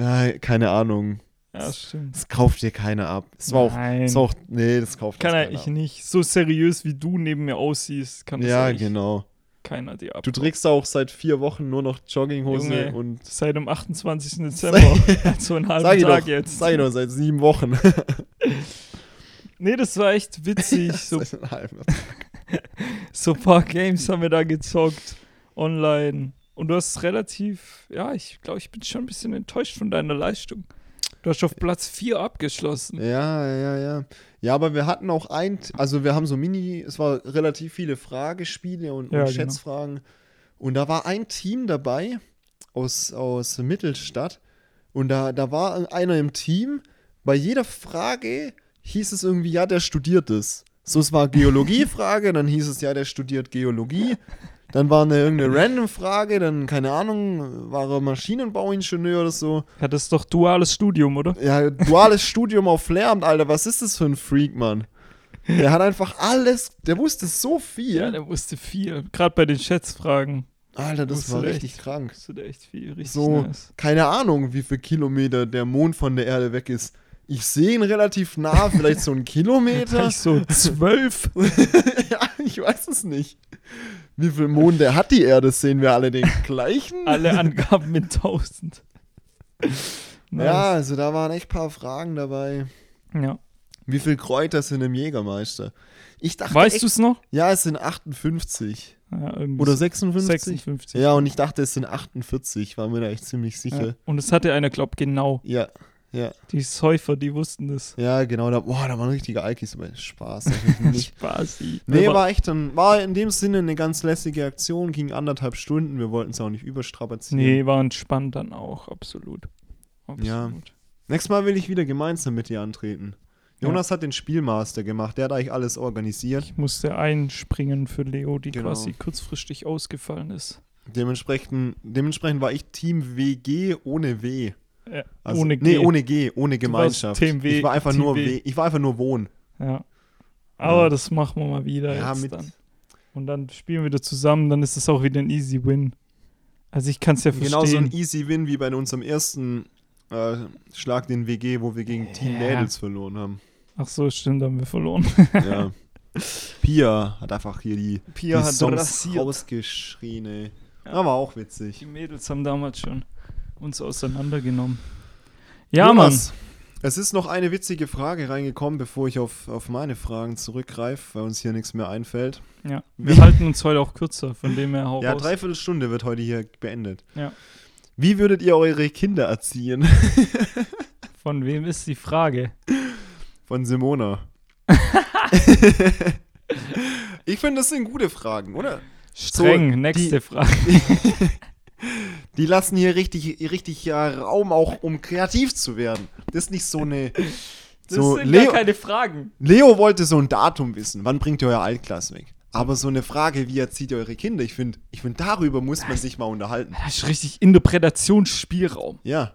ja, keine Ahnung. Ja, stimmt. Das kauft dir keiner ab. Es war auch, Nein. es war auch. Nee, das kauft Kann uns eigentlich keiner nicht. So seriös wie du neben mir aussiehst, kann ab. das Ja, eigentlich genau. keiner dir ab. Du trägst auch seit vier Wochen nur noch Jogginghose Junge, und. Seit dem [laughs] 28. Dezember. so einen halben Sag ich Tag doch, jetzt. sag ich doch, seit sieben Wochen. Nee, das war echt witzig. [laughs] so, Seit einem halben. so ein paar Games haben wir da gezockt. Online. Und du hast relativ, ja, ich glaube, ich bin schon ein bisschen enttäuscht von deiner Leistung. Du hast auf Platz 4 abgeschlossen. Ja, ja, ja. Ja, aber wir hatten auch ein, also wir haben so Mini, es war relativ viele Fragespiele und, Ja, und genau. Schätzfragen. Und da war ein Team dabei aus, aus Mittelstadt. Und da, da war einer im Team. Bei jeder Frage hieß es irgendwie, ja, der studiert es. So, es war Geologiefrage, dann hieß es, ja, der studiert Geologie. Dann war eine irgendeine random Frage, dann, keine Ahnung, war er Maschinenbauingenieur oder so. Ja, das ist doch duales Studium, oder? Ja, duales Studium auf Lehramt, Alter, was ist das für ein Freak, Mann? Der hat einfach alles, der wusste so viel. Ja, der wusste viel. Gerade bei den Schätzfragen Alter, das wusste war der echt. richtig krank. wusste der echt viel. Richtig So, nice. keine Ahnung, wie viele Kilometer der Mond von der Erde weg ist. Ich sehe ihn relativ [laughs] nah, vielleicht so einen Kilometer. [laughs] Vielleicht so zwölf. ja, ich weiß es nicht. Wie viele Monde hat die Erde? Sehen wir alle den gleichen? Alle Angaben mit tausend. [laughs] Ja, also da waren echt ein paar Fragen dabei. ja. Wie viele Kräuter sind im Jägermeister? Ich dachte, Weißt echt, du es noch? ja, es sind 58 Ja, irgendwie oder so 56. 56. Ja, und ich dachte, es sind 48, war mir da echt ziemlich sicher. Und es hatte einer, glaub genau. Ja, ja, Die Säufer, die wussten das. ja, genau. Da, boah, da waren richtige Alkis dabei. [laughs] Spaß. natürlich nicht. Spaß. Nee, war echt dann, war in dem Sinne eine ganz lässige Aktion, ging anderthalb Stunden, wir wollten es auch nicht überstrapazieren. nee, war entspannt dann auch, absolut. absolut. Nächstes Mal will ich wieder gemeinsam mit dir antreten. Ja. Jonas hat den Spielmaster gemacht, der hat eigentlich alles organisiert. Ich musste einspringen für Leo, die Genau. quasi kurzfristig ausgefallen ist. Dementsprechend, dementsprechend war ich Team WG ohne W. Äh, Also- ohne Nee, G. ohne G, ohne warst Gemeinschaft. Team W, ich war einfach Team nur W. W. Ich war einfach nur Wohn. Ja. Aber Ja. das machen wir mal wieder Ja, jetzt mit- dann. Und dann spielen wir wieder zusammen, dann ist es auch wieder ein easy win. Also ich kann es ja verstehen. Genau so ein easy Win wie bei unserem ersten äh, Schlag den WG, wo wir gegen Team Ja. Mädels verloren haben. Ach so, stimmt, haben [laughs] wir verloren. [laughs] Ja. Pia hat einfach hier die Pia die hat Songs rasiert. rausgeschrien, ey. Aber auch witzig. Die Mädels haben damals schon uns auseinandergenommen. Ja, Jonas, Es ist noch eine witzige Frage reingekommen, bevor ich auf, auf meine Fragen zurückgreife, weil uns hier nichts mehr einfällt. Mann. Ja. Wie- Wir halten uns heute auch kürzer, von dem her hau Ja, raus. dreiviertel Stunde wird heute hier beendet. Ja. Wie würdet ihr eure Kinder erziehen? Von wem ist die Frage? Von Simona. ich finde, das sind gute Fragen, oder? Streng, nächste die- Frage. [laughs] Die lassen hier richtig, richtig ja, Raum auch, um kreativ zu werden. Das ist nicht so eine. so Leo, keine Fragen. Leo wollte so ein Datum wissen. Wann bringt ihr euer Altglas weg? Aber so eine Frage, wie erzieht ihr eure Kinder? Ich finde, ich find, darüber muss man sich mal unterhalten. Das ist richtig Interpretationsspielraum, Ja.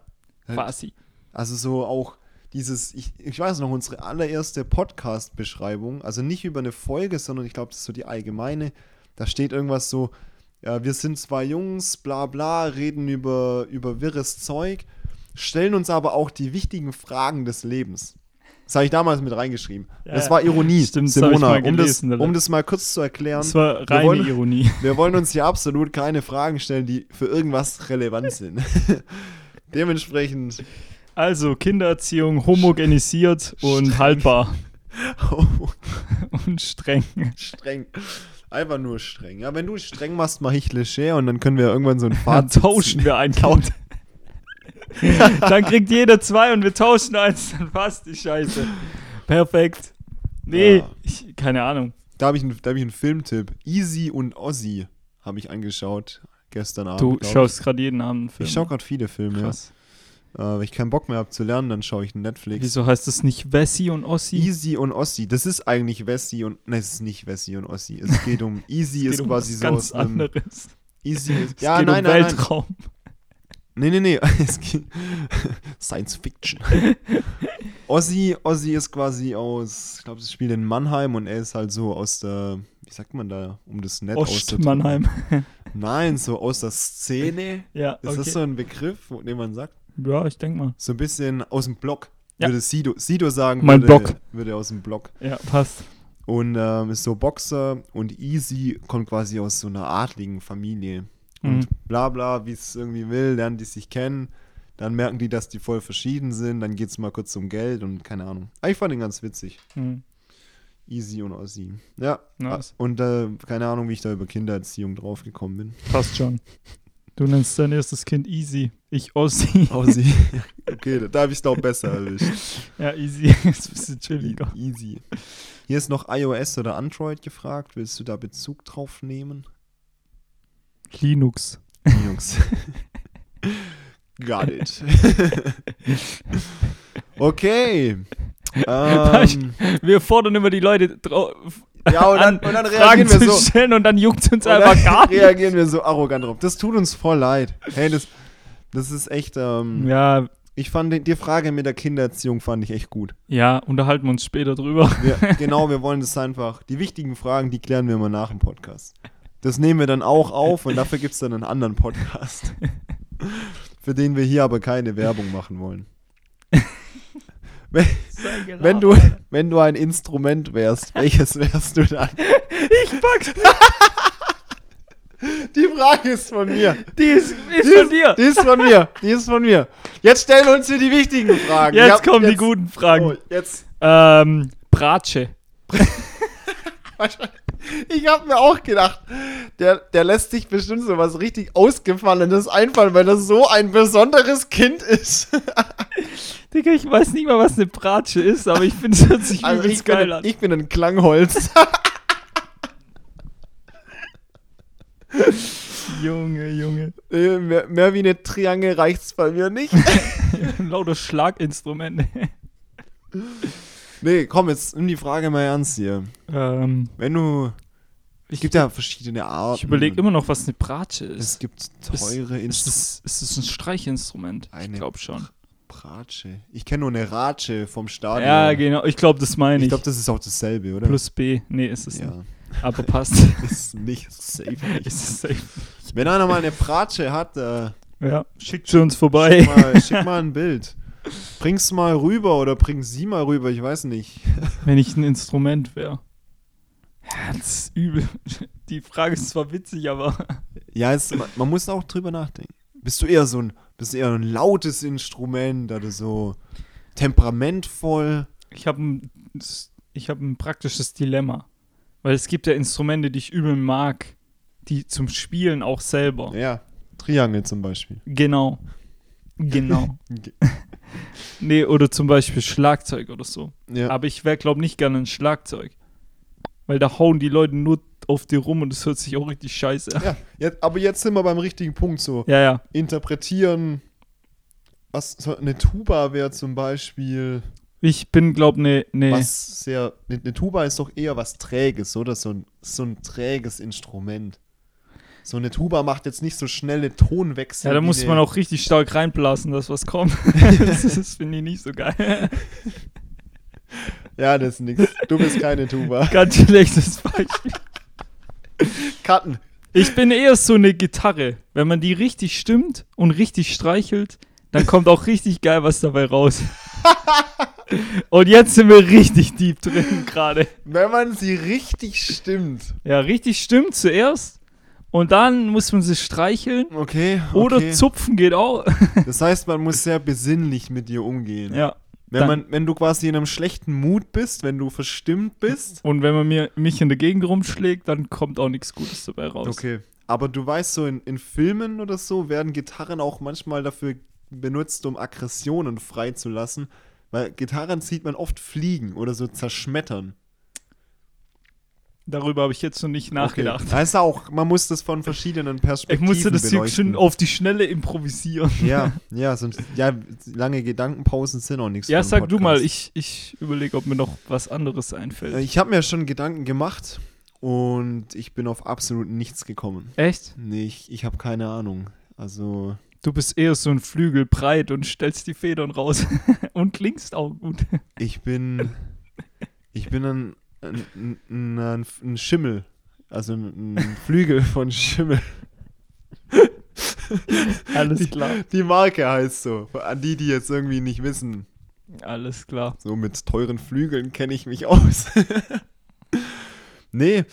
quasi. Also so auch dieses, ich, ich weiß noch, unsere allererste Podcast-Beschreibung, also nicht über eine Folge, sondern ich glaube, das ist so die allgemeine, da steht irgendwas so, ja, wir sind zwei Jungs, bla bla, reden über, über wirres Zeug, stellen uns aber auch die wichtigen Fragen des Lebens. Das habe ich damals mit reingeschrieben. Ja, das war Ironie, stimmt, das hab ich Simona, mal um, gelesen, das, Alter. um das mal kurz zu erklären. Das war wir, reine wollen, Ironie. wir wollen uns hier absolut keine Fragen stellen, die für irgendwas relevant [laughs] sind. Dementsprechend Also, Kindererziehung homogenisiert [laughs] und haltbar Oh. und streng. streng. Einfach nur streng. Ja, wenn du streng machst, mach ich leger und dann können wir irgendwann so ein Dann Fazit tauschen ziehen. wir [laughs] ein Kind. dann kriegt jeder zwei und wir tauschen eins, dann passt die Scheiße. Perfekt. Nee, Ja. ich, keine Ahnung. Da habe ich, einen- da hab ich einen Filmtipp. Easy und Ozzy habe ich angeschaut gestern Abend. Du glaub ich. schaust gerade jeden Abend einen Film. Ich schaue gerade viele Filme. Ja. Krass. Äh, wenn ich keinen Bock mehr habe zu lernen, dann schaue ich Netflix. Wieso heißt das nicht Wessi und Ossi? Easy und Ossi. Das ist eigentlich Wessi und. Nein, es ist nicht Wessi und Ossi. Es geht um. Easy Es ist geht um quasi was so ganz aus einem. anderes. Easy ist. Es geht um Weltraum. Nee, nee, [laughs] nee. Es geht Science [laughs] Fiction. Ozzy, Ozzy ist quasi aus, ich glaube, sie spielt in Mannheim und er ist halt so aus der, wie sagt man da, um das Netz auszudrücken. Ostmannheim. Nein, so aus der Szene. [laughs] ja, Ist das so okay. ein Begriff, wo- den man sagt? ja, ich denke mal. So ein bisschen aus dem Block. Ja. Würde Sido, Sido sagen, Mein würde, Block. würde aus dem Block. Ja, passt. Und ähm, ist so Boxer und Easy kommt quasi aus so einer adligen Familie. Mhm. Und bla bla, wie es irgendwie will, lernen die sich kennen. Dann merken die, dass die voll verschieden sind. Dann geht es mal kurz um Geld und keine Ahnung. Ah, Ich fand den ganz witzig. Mhm. Easy und Aussie. Ja. Nice. Ah, Und äh, keine Ahnung, wie ich da über Kindererziehung draufgekommen [laughs] bin. Passt schon. Du nennst dein erstes Kind Easy. Ich [laughs] Ossi. Aussie. okay, da habe ich es doch besser [laughs] erwischt. Ja, Easy ist ein bisschen chilliger. Easy. Hier ist noch iOS oder Android gefragt. Willst du da Bezug drauf nehmen? Linux. Jungs. [laughs] Got it. okay. Ähm, Wir fordern immer die Leute drau- ja, und dann, an, und dann Fragen reagieren zu wir so. stellen und dann juckt uns Und einfach gar dann nicht. [laughs] reagieren wir so arrogant drauf. Das tut uns voll leid. Hey, das, das ist echt. Ähm, Ja, Ich fand den- die Frage mit der Kindererziehung fand ich echt gut. ja, unterhalten wir uns später drüber. [laughs] Wir, genau, wir wollen das einfach. Die wichtigen Fragen, die klären wir immer nach dem Podcast. Das nehmen wir dann auch auf und dafür gibt es dann einen anderen [laughs] Podcast. Für den wir hier aber keine Werbung machen wollen. Wenn, wenn, du, Genau. [laughs] wenn du ein Instrument wärst, welches [laughs] wärst du dann? Ich pack's, Die Frage ist von mir. die ist, ist Die von ist, dir. die ist von mir. Die ist von mir. Jetzt stellen wir uns hier die wichtigen Fragen. Jetzt Ja, kommen die guten Oh, Fragen. jetzt. [laughs] Ähm, Bratsche. Ich habe mir auch gedacht, der, der lässt sich bestimmt so was richtig Ausgefallenes einfallen, weil das so ein besonderes Kind [laughs] ist. Digga, ich weiß nicht mal, was eine Bratsche ist, aber ich finde, es hört sich Also übelst ich, geil bin, an. ich bin ein Klangholz. [laughs] Junge, Junge. [laughs] Äh, mehr, mehr wie eine Triange reicht's bei mir nicht. Lauter Schlaginstrumente. [laughs] Nee, komm, jetzt nimm die Frage mal ernst hier. ähm, Wenn du. Es Ich- gibt ja verschiedene Arten. ich überlege immer noch, was eine Bratsche ist. Es gibt teure Ist Instrumente. es, ist es ein Streichinstrument? Eine- ich glaube schon. Bratsche. Ich kenne nur eine Ratsche vom Stadion. Ja, genau. Ich glaube, das meine Ich ich. glaube, das ist auch dasselbe, oder? Plus B. Nee, ist es ja. nicht. Aber passt. [laughs] Ist [laughs] nicht safe. Nicht. ist es safe. Wenn einer mal eine Bratsche hat, äh, Ja, schickt sie uns vorbei. schick, mal, schick mal ein Bild. Bring's mal rüber oder bring sie mal rüber, ich weiß nicht. [laughs] Wenn ich ein Instrument wäre. Ja, das ist übel. [laughs] Die Frage ist zwar witzig, aber [laughs] Ja, es, man, man muss auch drüber nachdenken. Bist du eher so ein, bist du eher ein lautes Instrument oder so temperamentvoll? ich habe ein, ich hab ein praktisches Dilemma. Weil es gibt ja Instrumente, die ich übel mag, die zum Spielen auch selber. Ja, Triangel zum Beispiel. Genau. [laughs] Genau. Ge- nee, oder zum Beispiel Schlagzeug oder so. Ja. Aber ich wäre, glaube nicht gerne ein Schlagzeug. Weil da hauen die Leute nur auf dir rum und es hört sich auch richtig scheiße an. ja jetzt, aber jetzt sind wir beim richtigen Punkt so. Ja, ja. Interpretieren, was so eine Tuba wäre zum Beispiel. Ich bin, glaube ne, ne. was sehr. Eine ne Tuba ist doch eher was Träges, oder? So ein, so ein träges Instrument. So eine Tuba macht jetzt nicht so schnelle Tonwechsel. Ja, da wie muss eine- man auch richtig stark reinblasen, dass [laughs] was kommt. [laughs] das das finde ich nicht so geil. Ja, das ist nix. Du bist keine [laughs] Tuba. Ganz schlechtes Beispiel. Karten. Ich bin eher so eine Gitarre. Wenn man die richtig stimmt und richtig streichelt, dann kommt auch richtig geil was dabei [laughs] raus. und jetzt sind wir richtig deep drin gerade. Wenn man sie richtig stimmt. Ja, richtig stimmt zuerst und dann muss man sie streicheln. Okay. Oder okay. zupfen geht auch. Das heißt, man muss sehr besinnlich mit dir umgehen. ja. Wenn, dann- man, wenn du quasi in einem schlechten Mut bist, wenn du verstimmt bist. Und wenn man mir, mich in der Gegend rumschlägt, dann kommt auch nichts Gutes dabei raus. Okay. Aber du weißt so, in, in Filmen oder so werden Gitarren auch manchmal dafür benutzt, um Aggressionen freizulassen. Weil Gitarren sieht man oft fliegen oder so zerschmettern. Darüber habe ich jetzt noch nicht nachgedacht. Okay. Heißt auch, man muss das von verschiedenen Ich Perspektiven musste das hier beleuchten. schön auf die Schnelle improvisieren. Ja, ja, sonst, ja, lange Gedankenpausen sind auch nichts. Ja, für einen sag du mal, Podcast. ich, ich überlege, ob mir noch was anderes einfällt. Äh, Ich habe mir schon Gedanken gemacht und ich bin auf absolut nichts gekommen. Echt? Nee, ich, ich habe keine Ahnung. Also, Du bist eher so ein Flügel breit und stellst die Federn raus. [laughs] und klingst auch gut. ich bin. ich bin ein, ein, ein, ein, ein Schimmel. Also ein, ein Flügel von Schimmel. Alles klar. Die Marke heißt so. An die, die jetzt irgendwie nicht wissen. Alles klar. So mit teuren Flügeln kenne ich mich aus. [laughs] nee,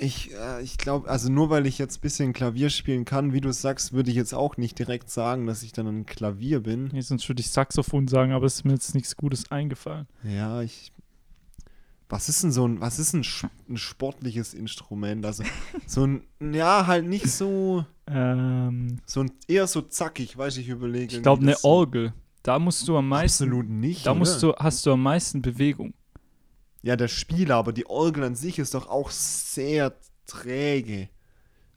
ich, äh, ich glaube, also nur weil ich jetzt ein bisschen Klavier spielen kann, wie du es sagst, würde ich jetzt auch nicht direkt sagen, dass ich dann ein Klavier bin. Nee, sonst würde ich Saxophon sagen, aber es ist mir jetzt nichts Gutes eingefallen. Ja, ich. Was ist denn so ein, was ist ein, sch- ein sportliches Instrument? Also so ein, ja, halt nicht so, Ähm, so ein, eher so zackig, weiß ich überlege. ich glaube, irgendwie, eine dass so- Orgel. Da musst du am meisten. Absolut nicht. ne? Da musst oder? du, hast du am meisten Bewegung. Ja, der Spieler, aber die Orgel an sich ist doch auch sehr träge.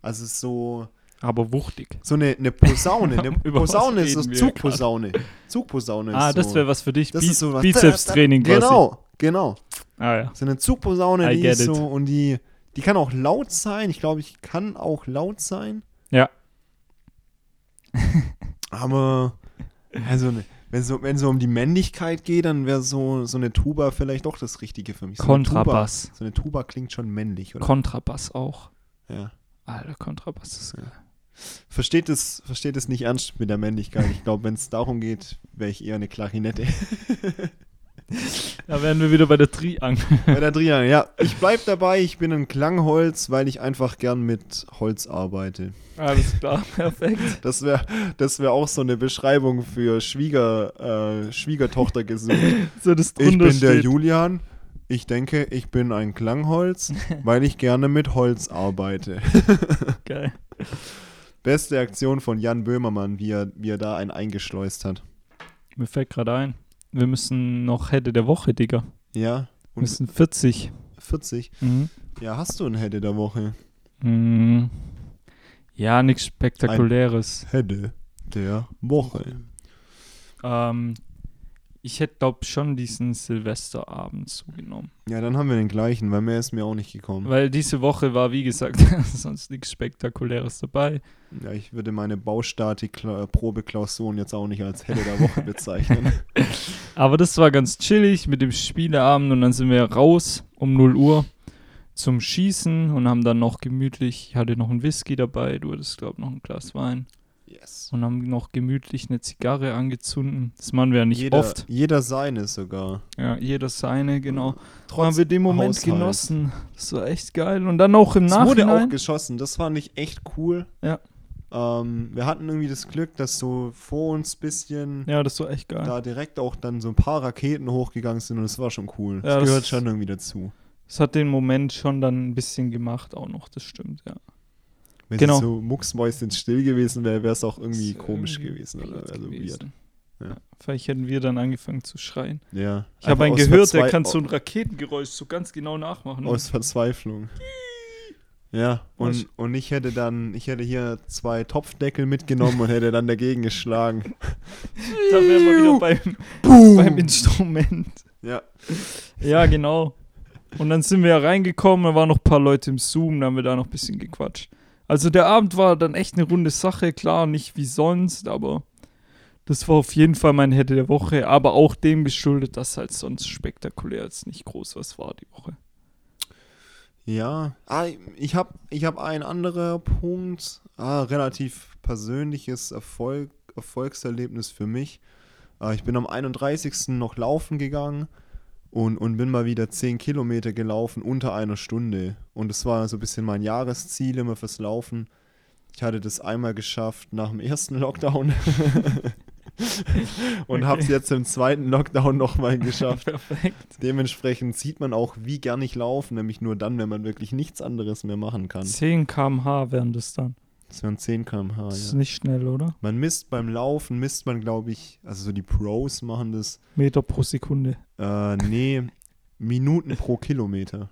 Also so, aber wuchtig. So eine, eine [laughs] Posaune. Eine Über was Posaune ist reden das wir Zugposaune. Zugposaune ist Ah, so. das wäre was für dich. Das Bi ist so was- Bizeps-Training quasi. Genau, genau. Ah, ja. So eine Zugposaune, I die get ist it. so und die, die kann auch laut sein. Ich glaube, ich kann auch laut sein. Ja. Aber also ne, wenn so wenn so um die Männlichkeit geht, dann wäre so so eine Tuba vielleicht doch das Richtige für mich. So eine Kontrabass. Tuba, so eine Tuba klingt schon männlich, oder? Kontrabass auch. ja. Alter, Kontrabass ist geil. Versteht es versteht es nicht ernst mit der Männlichkeit. Ich glaube, wenn es darum geht, wäre ich eher eine [laughs] Klarinette. Da wären wir wieder bei der Triangel. Bei der Triangel, ja. Ich bleib dabei, ich bin ein Klangholz, weil ich einfach gern mit Holz arbeite. Alles klar, perfekt. Das wäre das wär auch so eine Beschreibung für Schwieger, äh, Schwiegertochter [laughs] gesucht. So, das Ich drunter bin der steht. Julian. Ich denke, ich bin ein [laughs] Klangholz, weil ich gerne mit Holz arbeite. Geil. Beste Aktion von Jan Böhmermann, wie er, wie er da einen eingeschleust hat. Mir fällt gerade ein, wir müssen noch Hätte der Woche, Digga. Ja, Wir und müssen 40. 40. Mhm. Ja, hast du ein Hätte der Woche? Mm. Ja, nichts Spektakuläres. Hätte der Woche. Ähm, ich hätte, glaube schon diesen Silvesterabend zugenommen. Ja, dann haben wir den gleichen, weil mehr ist mir auch nicht gekommen. Weil diese Woche war, wie gesagt, [laughs] sonst nichts Spektakuläres dabei. Ja, ich würde meine Baustatik-Probeklausuren jetzt auch nicht als Helle der Woche bezeichnen. [laughs] Aber das war ganz chillig mit dem Spieleabend und dann sind wir raus um 0 Uhr zum Schießen und haben dann noch gemütlich, ich hatte noch einen Whisky dabei, du hattest, glaube noch ein Glas Wein yes. und haben noch gemütlich eine Zigarre angezündet. Das machen wir ja nicht jeder, oft. Jeder seine sogar. Ja, jeder seine, genau. Trotz haben wir den Moment Haushalt. genossen. Das war echt geil. Und dann auch im Es wurde auch Nachhinein. geschossen, das fand ich echt cool. Ja. Ähm, wir hatten irgendwie das Glück, dass so vor uns ein bisschen Ja, das war echt geil. da direkt auch dann so ein paar Raketen hochgegangen sind und das war schon cool. Ja, das das- gehört schon irgendwie dazu. Das hat den Moment schon dann ein bisschen gemacht, auch noch, das stimmt, ja. Wenn Genau. es so mucksmäuschen still gewesen wäre, wäre es auch irgendwie Ist komisch irgendwie gewesen. Oder blöd also weird. gewesen. Ja. Ja, vielleicht hätten wir dann angefangen zu schreien. Ja. Ich Einfach habe einen aus gehört, der Verzwei- kann so ein Raketengeräusch so ganz genau nachmachen. Aus Verzweiflung. Ja, und, Was? und ich hätte dann, ich hätte hier zwei Topfdeckel mitgenommen und hätte dann dagegen geschlagen. da wären wir wieder beim, beim Instrument. Ja. Ja, genau. Und dann sind wir ja reingekommen, da waren noch ein paar Leute im Zoom, da haben wir da noch ein bisschen gequatscht. Also der Abend war dann echt eine runde Sache, klar, nicht wie sonst, aber das war auf jeden Fall mein Hätte der Woche, aber auch dem geschuldet, dass halt sonst spektakulär jetzt nicht groß was war die Woche. Ja. Ah, ich habe ich hab einen anderen Punkt, ah, relativ persönliches Erfolg, Erfolgserlebnis für mich. Ah, ich bin am 31. noch laufen gegangen und, und bin mal wieder 10 Kilometer gelaufen unter einer Stunde. Und das war so ein bisschen mein Jahresziel immer fürs Laufen. Ich hatte das einmal geschafft nach dem ersten Lockdown. [laughs] und habe es Okay. jetzt im zweiten Lockdown nochmal geschafft. [laughs] Perfekt. Dementsprechend sieht man auch, wie gern ich laufe, nämlich nur dann, wenn man wirklich nichts anderes mehr machen kann. 10 km/h wären das dann. Das wären 10 km/h. Das ist Ah, Ja. nicht schnell, oder? Man misst beim Laufen, misst man, glaube ich, also so die Pros machen das, Meter pro Sekunde. äh, nee, Minuten pro Kilometer.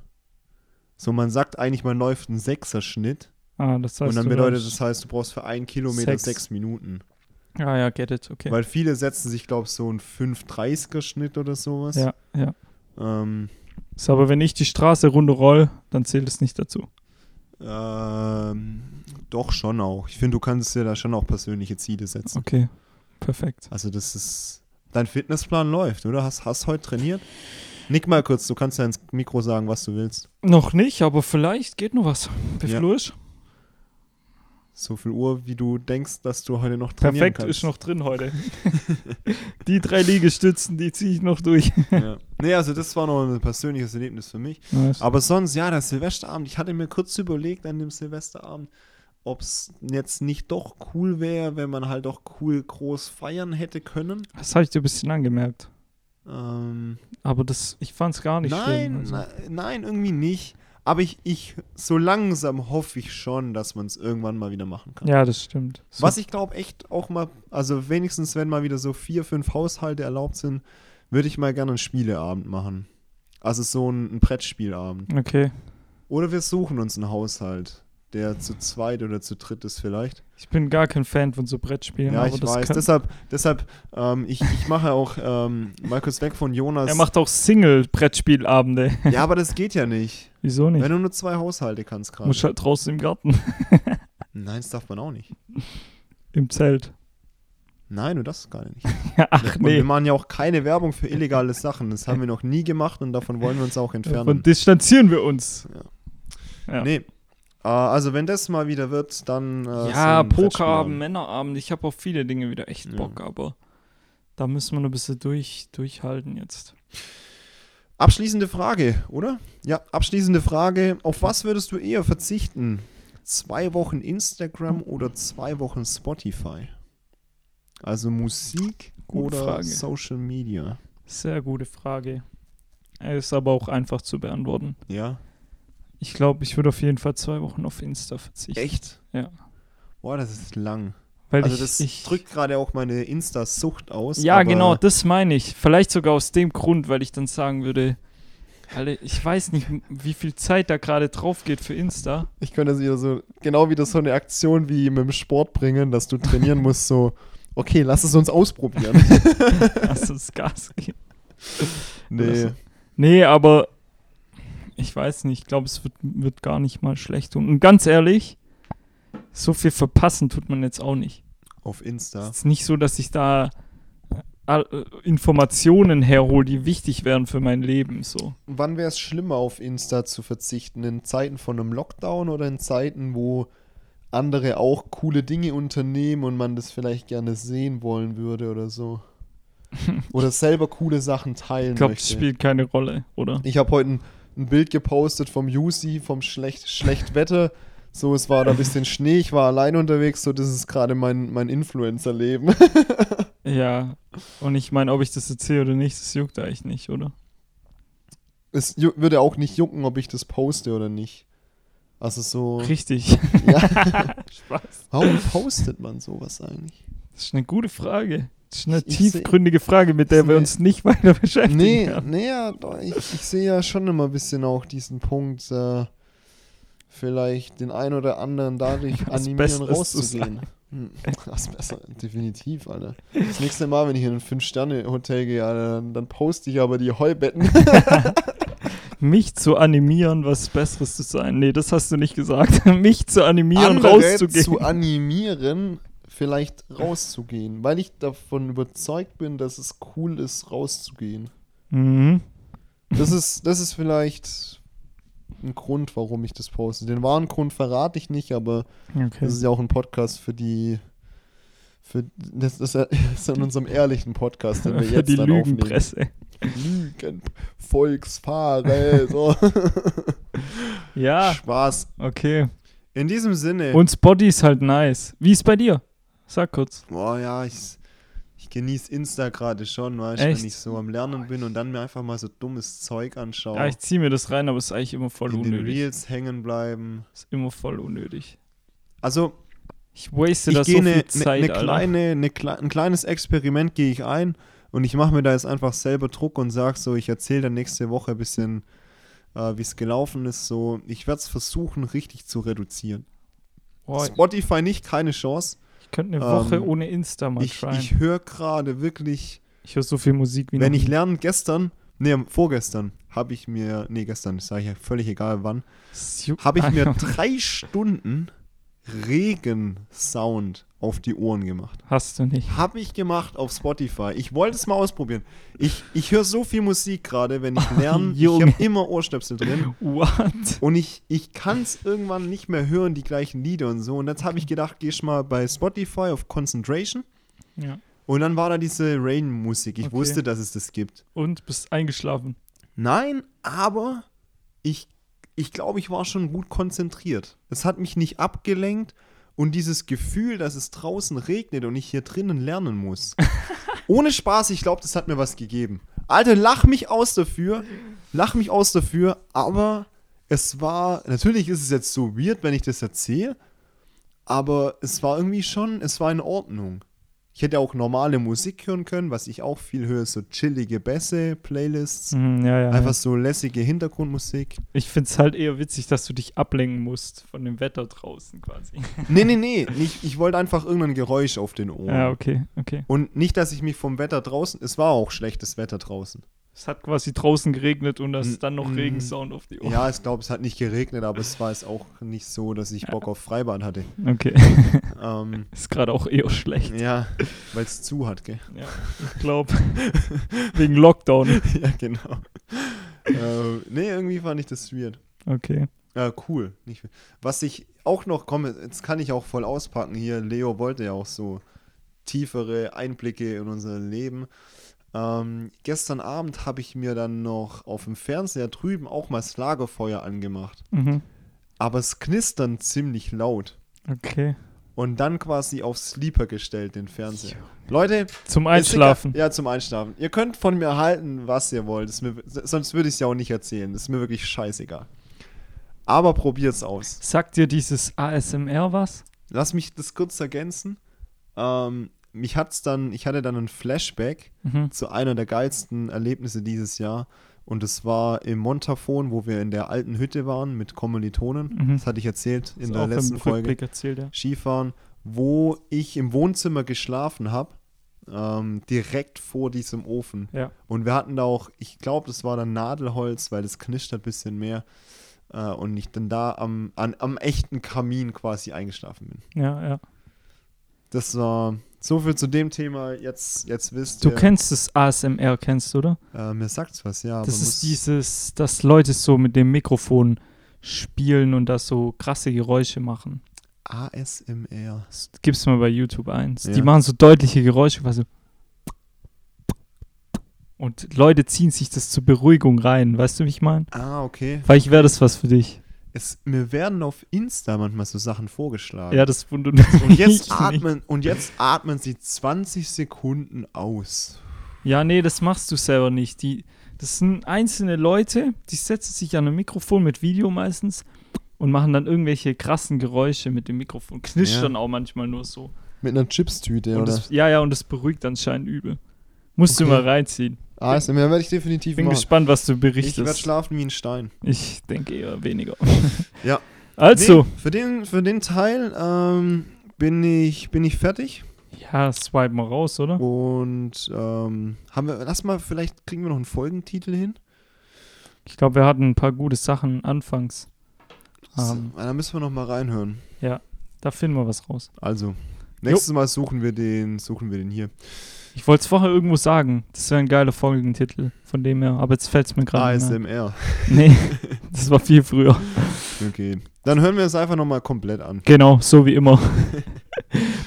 So, man sagt eigentlich, man läuft einen Sechser-Schnitt Ah, das heißt. und dann du bedeutet läufst- das heißt, du brauchst für einen Kilometer Sechs. sechs Minuten. Ja, Ah, ja, get it, okay. Weil viele setzen sich, glaube ich, so einen 5,30er-Schnitt oder sowas. ja, ja. Ähm, Ist aber, wenn ich die Straße runde roll, dann zählt es nicht dazu. Ähm, doch schon auch. Ich finde, du kannst dir da schon auch persönliche Ziele setzen. Okay, perfekt. Also das ist, dein Fitnessplan läuft, oder? Hast, hast heute trainiert? Nick mal kurz, du kannst ja ins Mikro sagen, was du willst. Noch nicht, aber vielleicht geht noch was. Wie Ja. viel Uhr ist? So viel Uhr, wie du denkst, dass du heute noch trainieren Perfekt, kannst. ist noch [laughs] drin heute. die drei Liegestützen, die ziehe ich noch durch. Ja. Nee, also das war noch ein persönliches Erlebnis für mich. Nice. Aber sonst, ja, der Silvesterabend, ich hatte mir kurz überlegt an dem Silvesterabend, ob es jetzt nicht doch cool wäre, wenn man halt doch cool groß feiern hätte können. Das habe ich dir ein bisschen angemerkt. Ähm, Aber das, ich fand es gar nicht nein, schlimm. also. ne- nein, irgendwie nicht. Aber ich, ich, so langsam hoffe ich schon, dass man es irgendwann mal wieder machen kann. Ja, das stimmt. So, Was ich glaube, echt auch mal, also wenigstens, wenn mal wieder so vier, fünf Haushalte erlaubt sind, würde ich mal gerne einen Spieleabend machen. Also so ein, ein Brettspielabend. Okay, Oder wir suchen uns einen Haushalt, der zu zweit oder zu dritt ist vielleicht. Ich bin gar kein Fan von so Brettspielen. Ja, aber ich das weiß. Kann, Deshalb, deshalb ähm, ich, ich mache auch ähm, mal kurz weg von Jonas. er macht auch Single-Brettspielabende. ja, aber das geht ja nicht. Wieso nicht? Wenn du nur zwei Haushalte kannst gerade. Muss halt draußen im Garten, Nein, das darf man auch nicht. im Zelt. Nein, du darfst gar [laughs] nicht. Ach Und wir nee, machen ja auch keine Werbung für illegale Sachen. Das haben wir noch nie gemacht und davon wollen wir uns auch entfernen. davon distanzieren wir uns. ja. Nee. Äh, also wenn das mal wieder wird, dann. äh, Ja, so ein Pokerabend, Brettspielabend. Männerabend. Ich habe auf viele Dinge wieder echt Ja. Bock, aber da müssen wir noch ein bisschen durch, durchhalten jetzt. Abschließende Frage, oder? Ja, abschließende Frage. Auf was würdest du eher verzichten? Zwei Wochen Instagram oder zwei Wochen Spotify? Also Musik Gute oder Frage. Social Media? Sehr gute Frage. Er Ist aber auch einfach zu beantworten. Ja. Ich glaube, ich würde auf jeden Fall zwei Wochen auf Insta verzichten. Echt? Ja. Boah, das ist lang. Weil also ich, das ich, drückt gerade auch meine Insta-Sucht aus. Ja, aber genau, das meine ich. Vielleicht sogar aus dem Grund, weil ich dann sagen würde, alle, ich weiß nicht, wie viel Zeit da gerade drauf geht für Insta. [laughs] Ich könnte das wieder so, genau wieder so eine Aktion wie mit dem Sport bringen, dass du [laughs] trainieren musst, so, okay, lass es uns ausprobieren. Lass uns Also Gas geben. nee. Nee, aber ich weiß nicht. Ich glaube, es wird, wird gar nicht mal schlecht tun. Und ganz ehrlich, so viel verpassen tut man jetzt auch nicht. Auf Insta. Es ist nicht so, dass ich da äh, äh, Informationen herhole, die wichtig wären für mein Leben. So. Wann wäre es schlimmer, auf Insta zu verzichten? In Zeiten von einem Lockdown oder in Zeiten, wo andere auch coole Dinge unternehmen und man das vielleicht gerne sehen wollen würde oder [laughs] so? Oder selber coole Sachen teilen Ich glaube, das möchte. spielt keine Rolle, oder? Ich habe heute ein, ein Bild gepostet vom Yusi, vom schlecht, schlecht Wetter. So, es war da ein bisschen Schnee, ich war allein unterwegs, so das ist gerade mein, mein Influencer-Leben. [laughs] Ja. Und ich meine, ob ich das erzähle oder nicht, das juckt eigentlich nicht, oder? Es ju- würde auch nicht jucken, ob ich das poste oder nicht. Also so. Richtig. Ja. [laughs] Spaß. Warum postet man sowas [laughs] eigentlich? Das ist eine gute Frage. Das ist eine Ich seh- tiefgründige Frage, mit der ist wir eine- uns nicht weiter beschäftigen Nee, werden. nee, ja, doch, ich, ich sehe ja schon immer ein bisschen auch diesen Punkt, äh, vielleicht den einen oder anderen [laughs] dadurch Was animieren, Besseres rauszugehen. Hm, Das ist besser, definitiv, Alter. Das nächste Mal, wenn ich in ein Fünf-Sterne-Hotel gehe, Alter, dann, dann poste ich aber die [laughs] Heubetten. um mich zu animieren, was Besseres zu sein. Nee, das hast du nicht gesagt. [laughs] mich zu animieren, andere rauszugehen. zu animieren, vielleicht rauszugehen. Weil ich davon überzeugt bin, dass es cool ist, rauszugehen. mhm. Das ist, das ist vielleicht ein Grund, warum ich das poste. Den wahren Grund verrate ich nicht, aber das Okay. ist ja auch ein Podcast für die. Für, das ist, ja- das ist in unserem ehrlichen Podcast, [laughs] den wir Für jetzt die dann Lügenpresse. aufnehmen. Lügen, Volksfahrer, [laughs] so. Ja, Spaß. okay. In diesem Sinne. Ah. Und Spotty ist halt nice. Wie ist bei dir? Sag kurz. Boah, ja, ich, ich genieße Insta gerade schon, weißt du, Echt? wenn ich so am Lernen bin und dann mir einfach mal so dummes Zeug anschaue. Ja, ich ziehe mir das rein, aber es ist eigentlich immer voll Oh. in den unnötig. Reels hängen bleiben. Ist immer voll unnötig. Also, Ich waste da ich so gehe viel eine Zeit, ne, ne Alter. kleine, ne, kle- ein kleines Experiment gehe ich ein und ich mache mir da jetzt einfach selber Druck und sag so, ich erzähle dann nächste Woche ein bisschen, äh, wie es gelaufen ist. So, ich werde es versuchen, richtig zu reduzieren. Boah, Spotify nicht, keine Chance. ich könnte eine ähm, Woche ohne Insta mal Ich, tryen. Ich, ich höre gerade wirklich höre so viel Musik wie Wenn noch ich nie. lerne, gestern, nee, vorgestern, habe ich mir, nee, gestern, sage ich ja völlig egal wann, Es juckt [laughs] habe ich mir einfach- drei Stunden Regensound auf die Ohren gemacht. Hast du nicht. Habe ich gemacht auf Spotify. Ich wollte es mal ausprobieren. Ich, ich höre so viel Musik gerade, wenn [laughs] ich lerne. ich Junge. habe immer Ohrstöpsel drin. What? Und ich, ich kann es irgendwann nicht mehr hören, die gleichen Lieder und so. Und jetzt habe ich gedacht, gehst mal bei Spotify auf Concentration. Ja. Und dann war da diese Rain-Musik. Ich Okay. wusste, dass es das gibt. Und bist eingeschlafen. Nein, aber ich, ich glaube, ich war schon gut konzentriert. Es hat mich nicht abgelenkt und dieses Gefühl, dass es draußen regnet und ich hier drinnen lernen muss. Ohne Spaß, ich glaube, das hat mir was gegeben. Alter, lach mich aus dafür. Lach mich aus dafür, aber es war, natürlich ist es jetzt so weird, wenn ich das erzähle, aber es war irgendwie schon, es war in Ordnung. Ich hätte auch normale Musik hören können, was ich auch viel höre, so chillige Bässe, Playlists, Mhm, ja, ja. einfach ja. so lässige Hintergrundmusik. Ich finde es halt eher witzig, dass du dich ablenken musst von dem Wetter draußen quasi. nee, nee, nee, nicht, ich wollte einfach irgendein Geräusch auf den Ohren. Ja, okay, okay. Und nicht, dass ich mich vom Wetter draußen, es war auch schlechtes Wetter draußen. Es hat quasi draußen geregnet und das Mm, ist dann noch mm. Regensound auf die Ohren. Ja, ich glaube, es hat nicht geregnet, aber es war es auch nicht so, dass ich Bock auf Freibad [laughs] hatte. Okay. Ähm, ist gerade auch eher schlecht. ja, weil es zu hat, gell? [laughs] Ja, ich glaube. wegen Lockdown. ja, genau. äh, nee, irgendwie fand ich das weird. Okay. Ja, cool. Nicht, we- was ich auch noch komme, jetzt kann ich auch voll auspacken hier. Leo wollte ja auch so tiefere Einblicke in unser Leben. Ähm, gestern Abend habe ich mir dann noch auf dem Fernseher drüben auch mal das Lagerfeuer angemacht. Mhm. Aber es knistern ziemlich laut. Okay. Und dann quasi auf Sleeper gestellt, den Fernseher. Leute, Zum ist Einschlafen. Egal, ja, zum Einschlafen. Ihr könnt von mir halten, was ihr wollt. Ist mir, sonst würde ich es ja auch nicht erzählen. Ist mir wirklich scheißegal. Aber probiert's aus. Sagt dir dieses ASMR was? Lass mich das kurz ergänzen. Ähm, mich hat's dann, ich hatte dann ein Flashback Mhm. zu einer der geilsten Erlebnisse dieses Jahr. Und es war im Montafon, wo wir in der alten Hütte waren mit Kommilitonen. Mhm. Das hatte ich erzählt in Ist der auch im letzten Folge. Rückblick erzählt, ja. Skifahren, wo ich im Wohnzimmer geschlafen habe, ähm, direkt vor diesem Ofen. Ja. Und wir hatten da auch, ich glaube, das war dann Nadelholz, weil das knischt ein bisschen mehr. Äh, und ich dann da am, an, am echten Kamin quasi eingeschlafen bin. Ja, ja. Das war so viel zu dem Thema. Jetzt, jetzt wisst Du ihr, kennst das ASMR, kennst du, oder? äh, mir sagt's was, ja. Das aber muss- ist dieses, dass Leute so mit dem Mikrofon spielen und da so krasse Geräusche machen. ASMR. Das gibt's mal bei YouTube eins. Ja. Die machen so deutliche Geräusche, quasi. Und Leute ziehen sich das zur Beruhigung rein, weißt du, wie ich meine? Ah, okay. Vielleicht wäre das was für dich. Es, mir werden auf Insta manchmal so Sachen vorgeschlagen. Ja, das wundert mich. [laughs] Und jetzt, [laughs] nicht. atmen, und jetzt atmen sie 20 Sekunden aus. Ja, nee, das machst du selber nicht. Die, das sind einzelne Leute, die setzen sich an ein Mikrofon mit Video meistens und machen dann irgendwelche krassen Geräusche mit dem Mikrofon. Knischt Ja. dann auch manchmal nur so. Mit einer Chipstüte und das, ja, ja, und das beruhigt anscheinend übel. Musst du Okay. mal reinziehen. ASMR werde ich definitiv Ich bin gespannt, was du Ich werde berichtest. schlafen wie ein Stein. Ich denke eher weniger. [laughs] Ja. Also, Nee, für, den, für den Teil ähm, bin, ich, bin ich fertig. ja, swipe mal raus, oder? Und ähm, haben wir, lass mal, vielleicht kriegen wir noch einen Folgentitel hin. Ich glaube, wir hatten ein paar gute Sachen anfangs. Ähm, Da müssen wir noch mal reinhören. da finden wir was raus. Also, nächstes Mal suchen wir den, suchen wir den hier. Ich wollte es vorher irgendwo sagen. Das wäre ein geiler Folgentitel, von dem her. Aber jetzt fällt es mir gerade nicht ein. ASMR. Nee, [laughs] das war viel früher. Okay. Dann hören wir es einfach noch mal komplett [laughs] an. Genau, so wie [laughs] immer.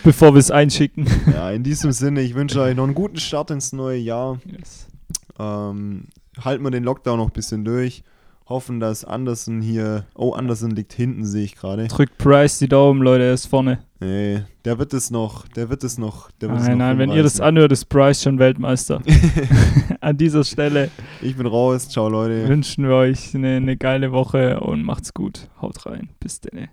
Bevor wir es einschicken. Ja, in diesem Sinne, ich wünsche euch noch einen guten Start ins neue Jahr. Ähm, halten wir den Lockdown noch ein bisschen durch. Hoffen, dass Anderson hier. Oh, Anderson liegt hinten, sehe ich gerade. Drückt Price die Daumen, Leute, er ist vorne. Nee, der wird es noch. Der wird es noch. Der wird es noch Nein, nein, wenn ihr das rumreißen. anhört, ist Price schon Weltmeister. [laughs] An dieser Stelle Ich bin raus. Ciao, Leute. wünschen wir euch eine, eine geile Woche und macht's gut. Haut rein. Bis dann.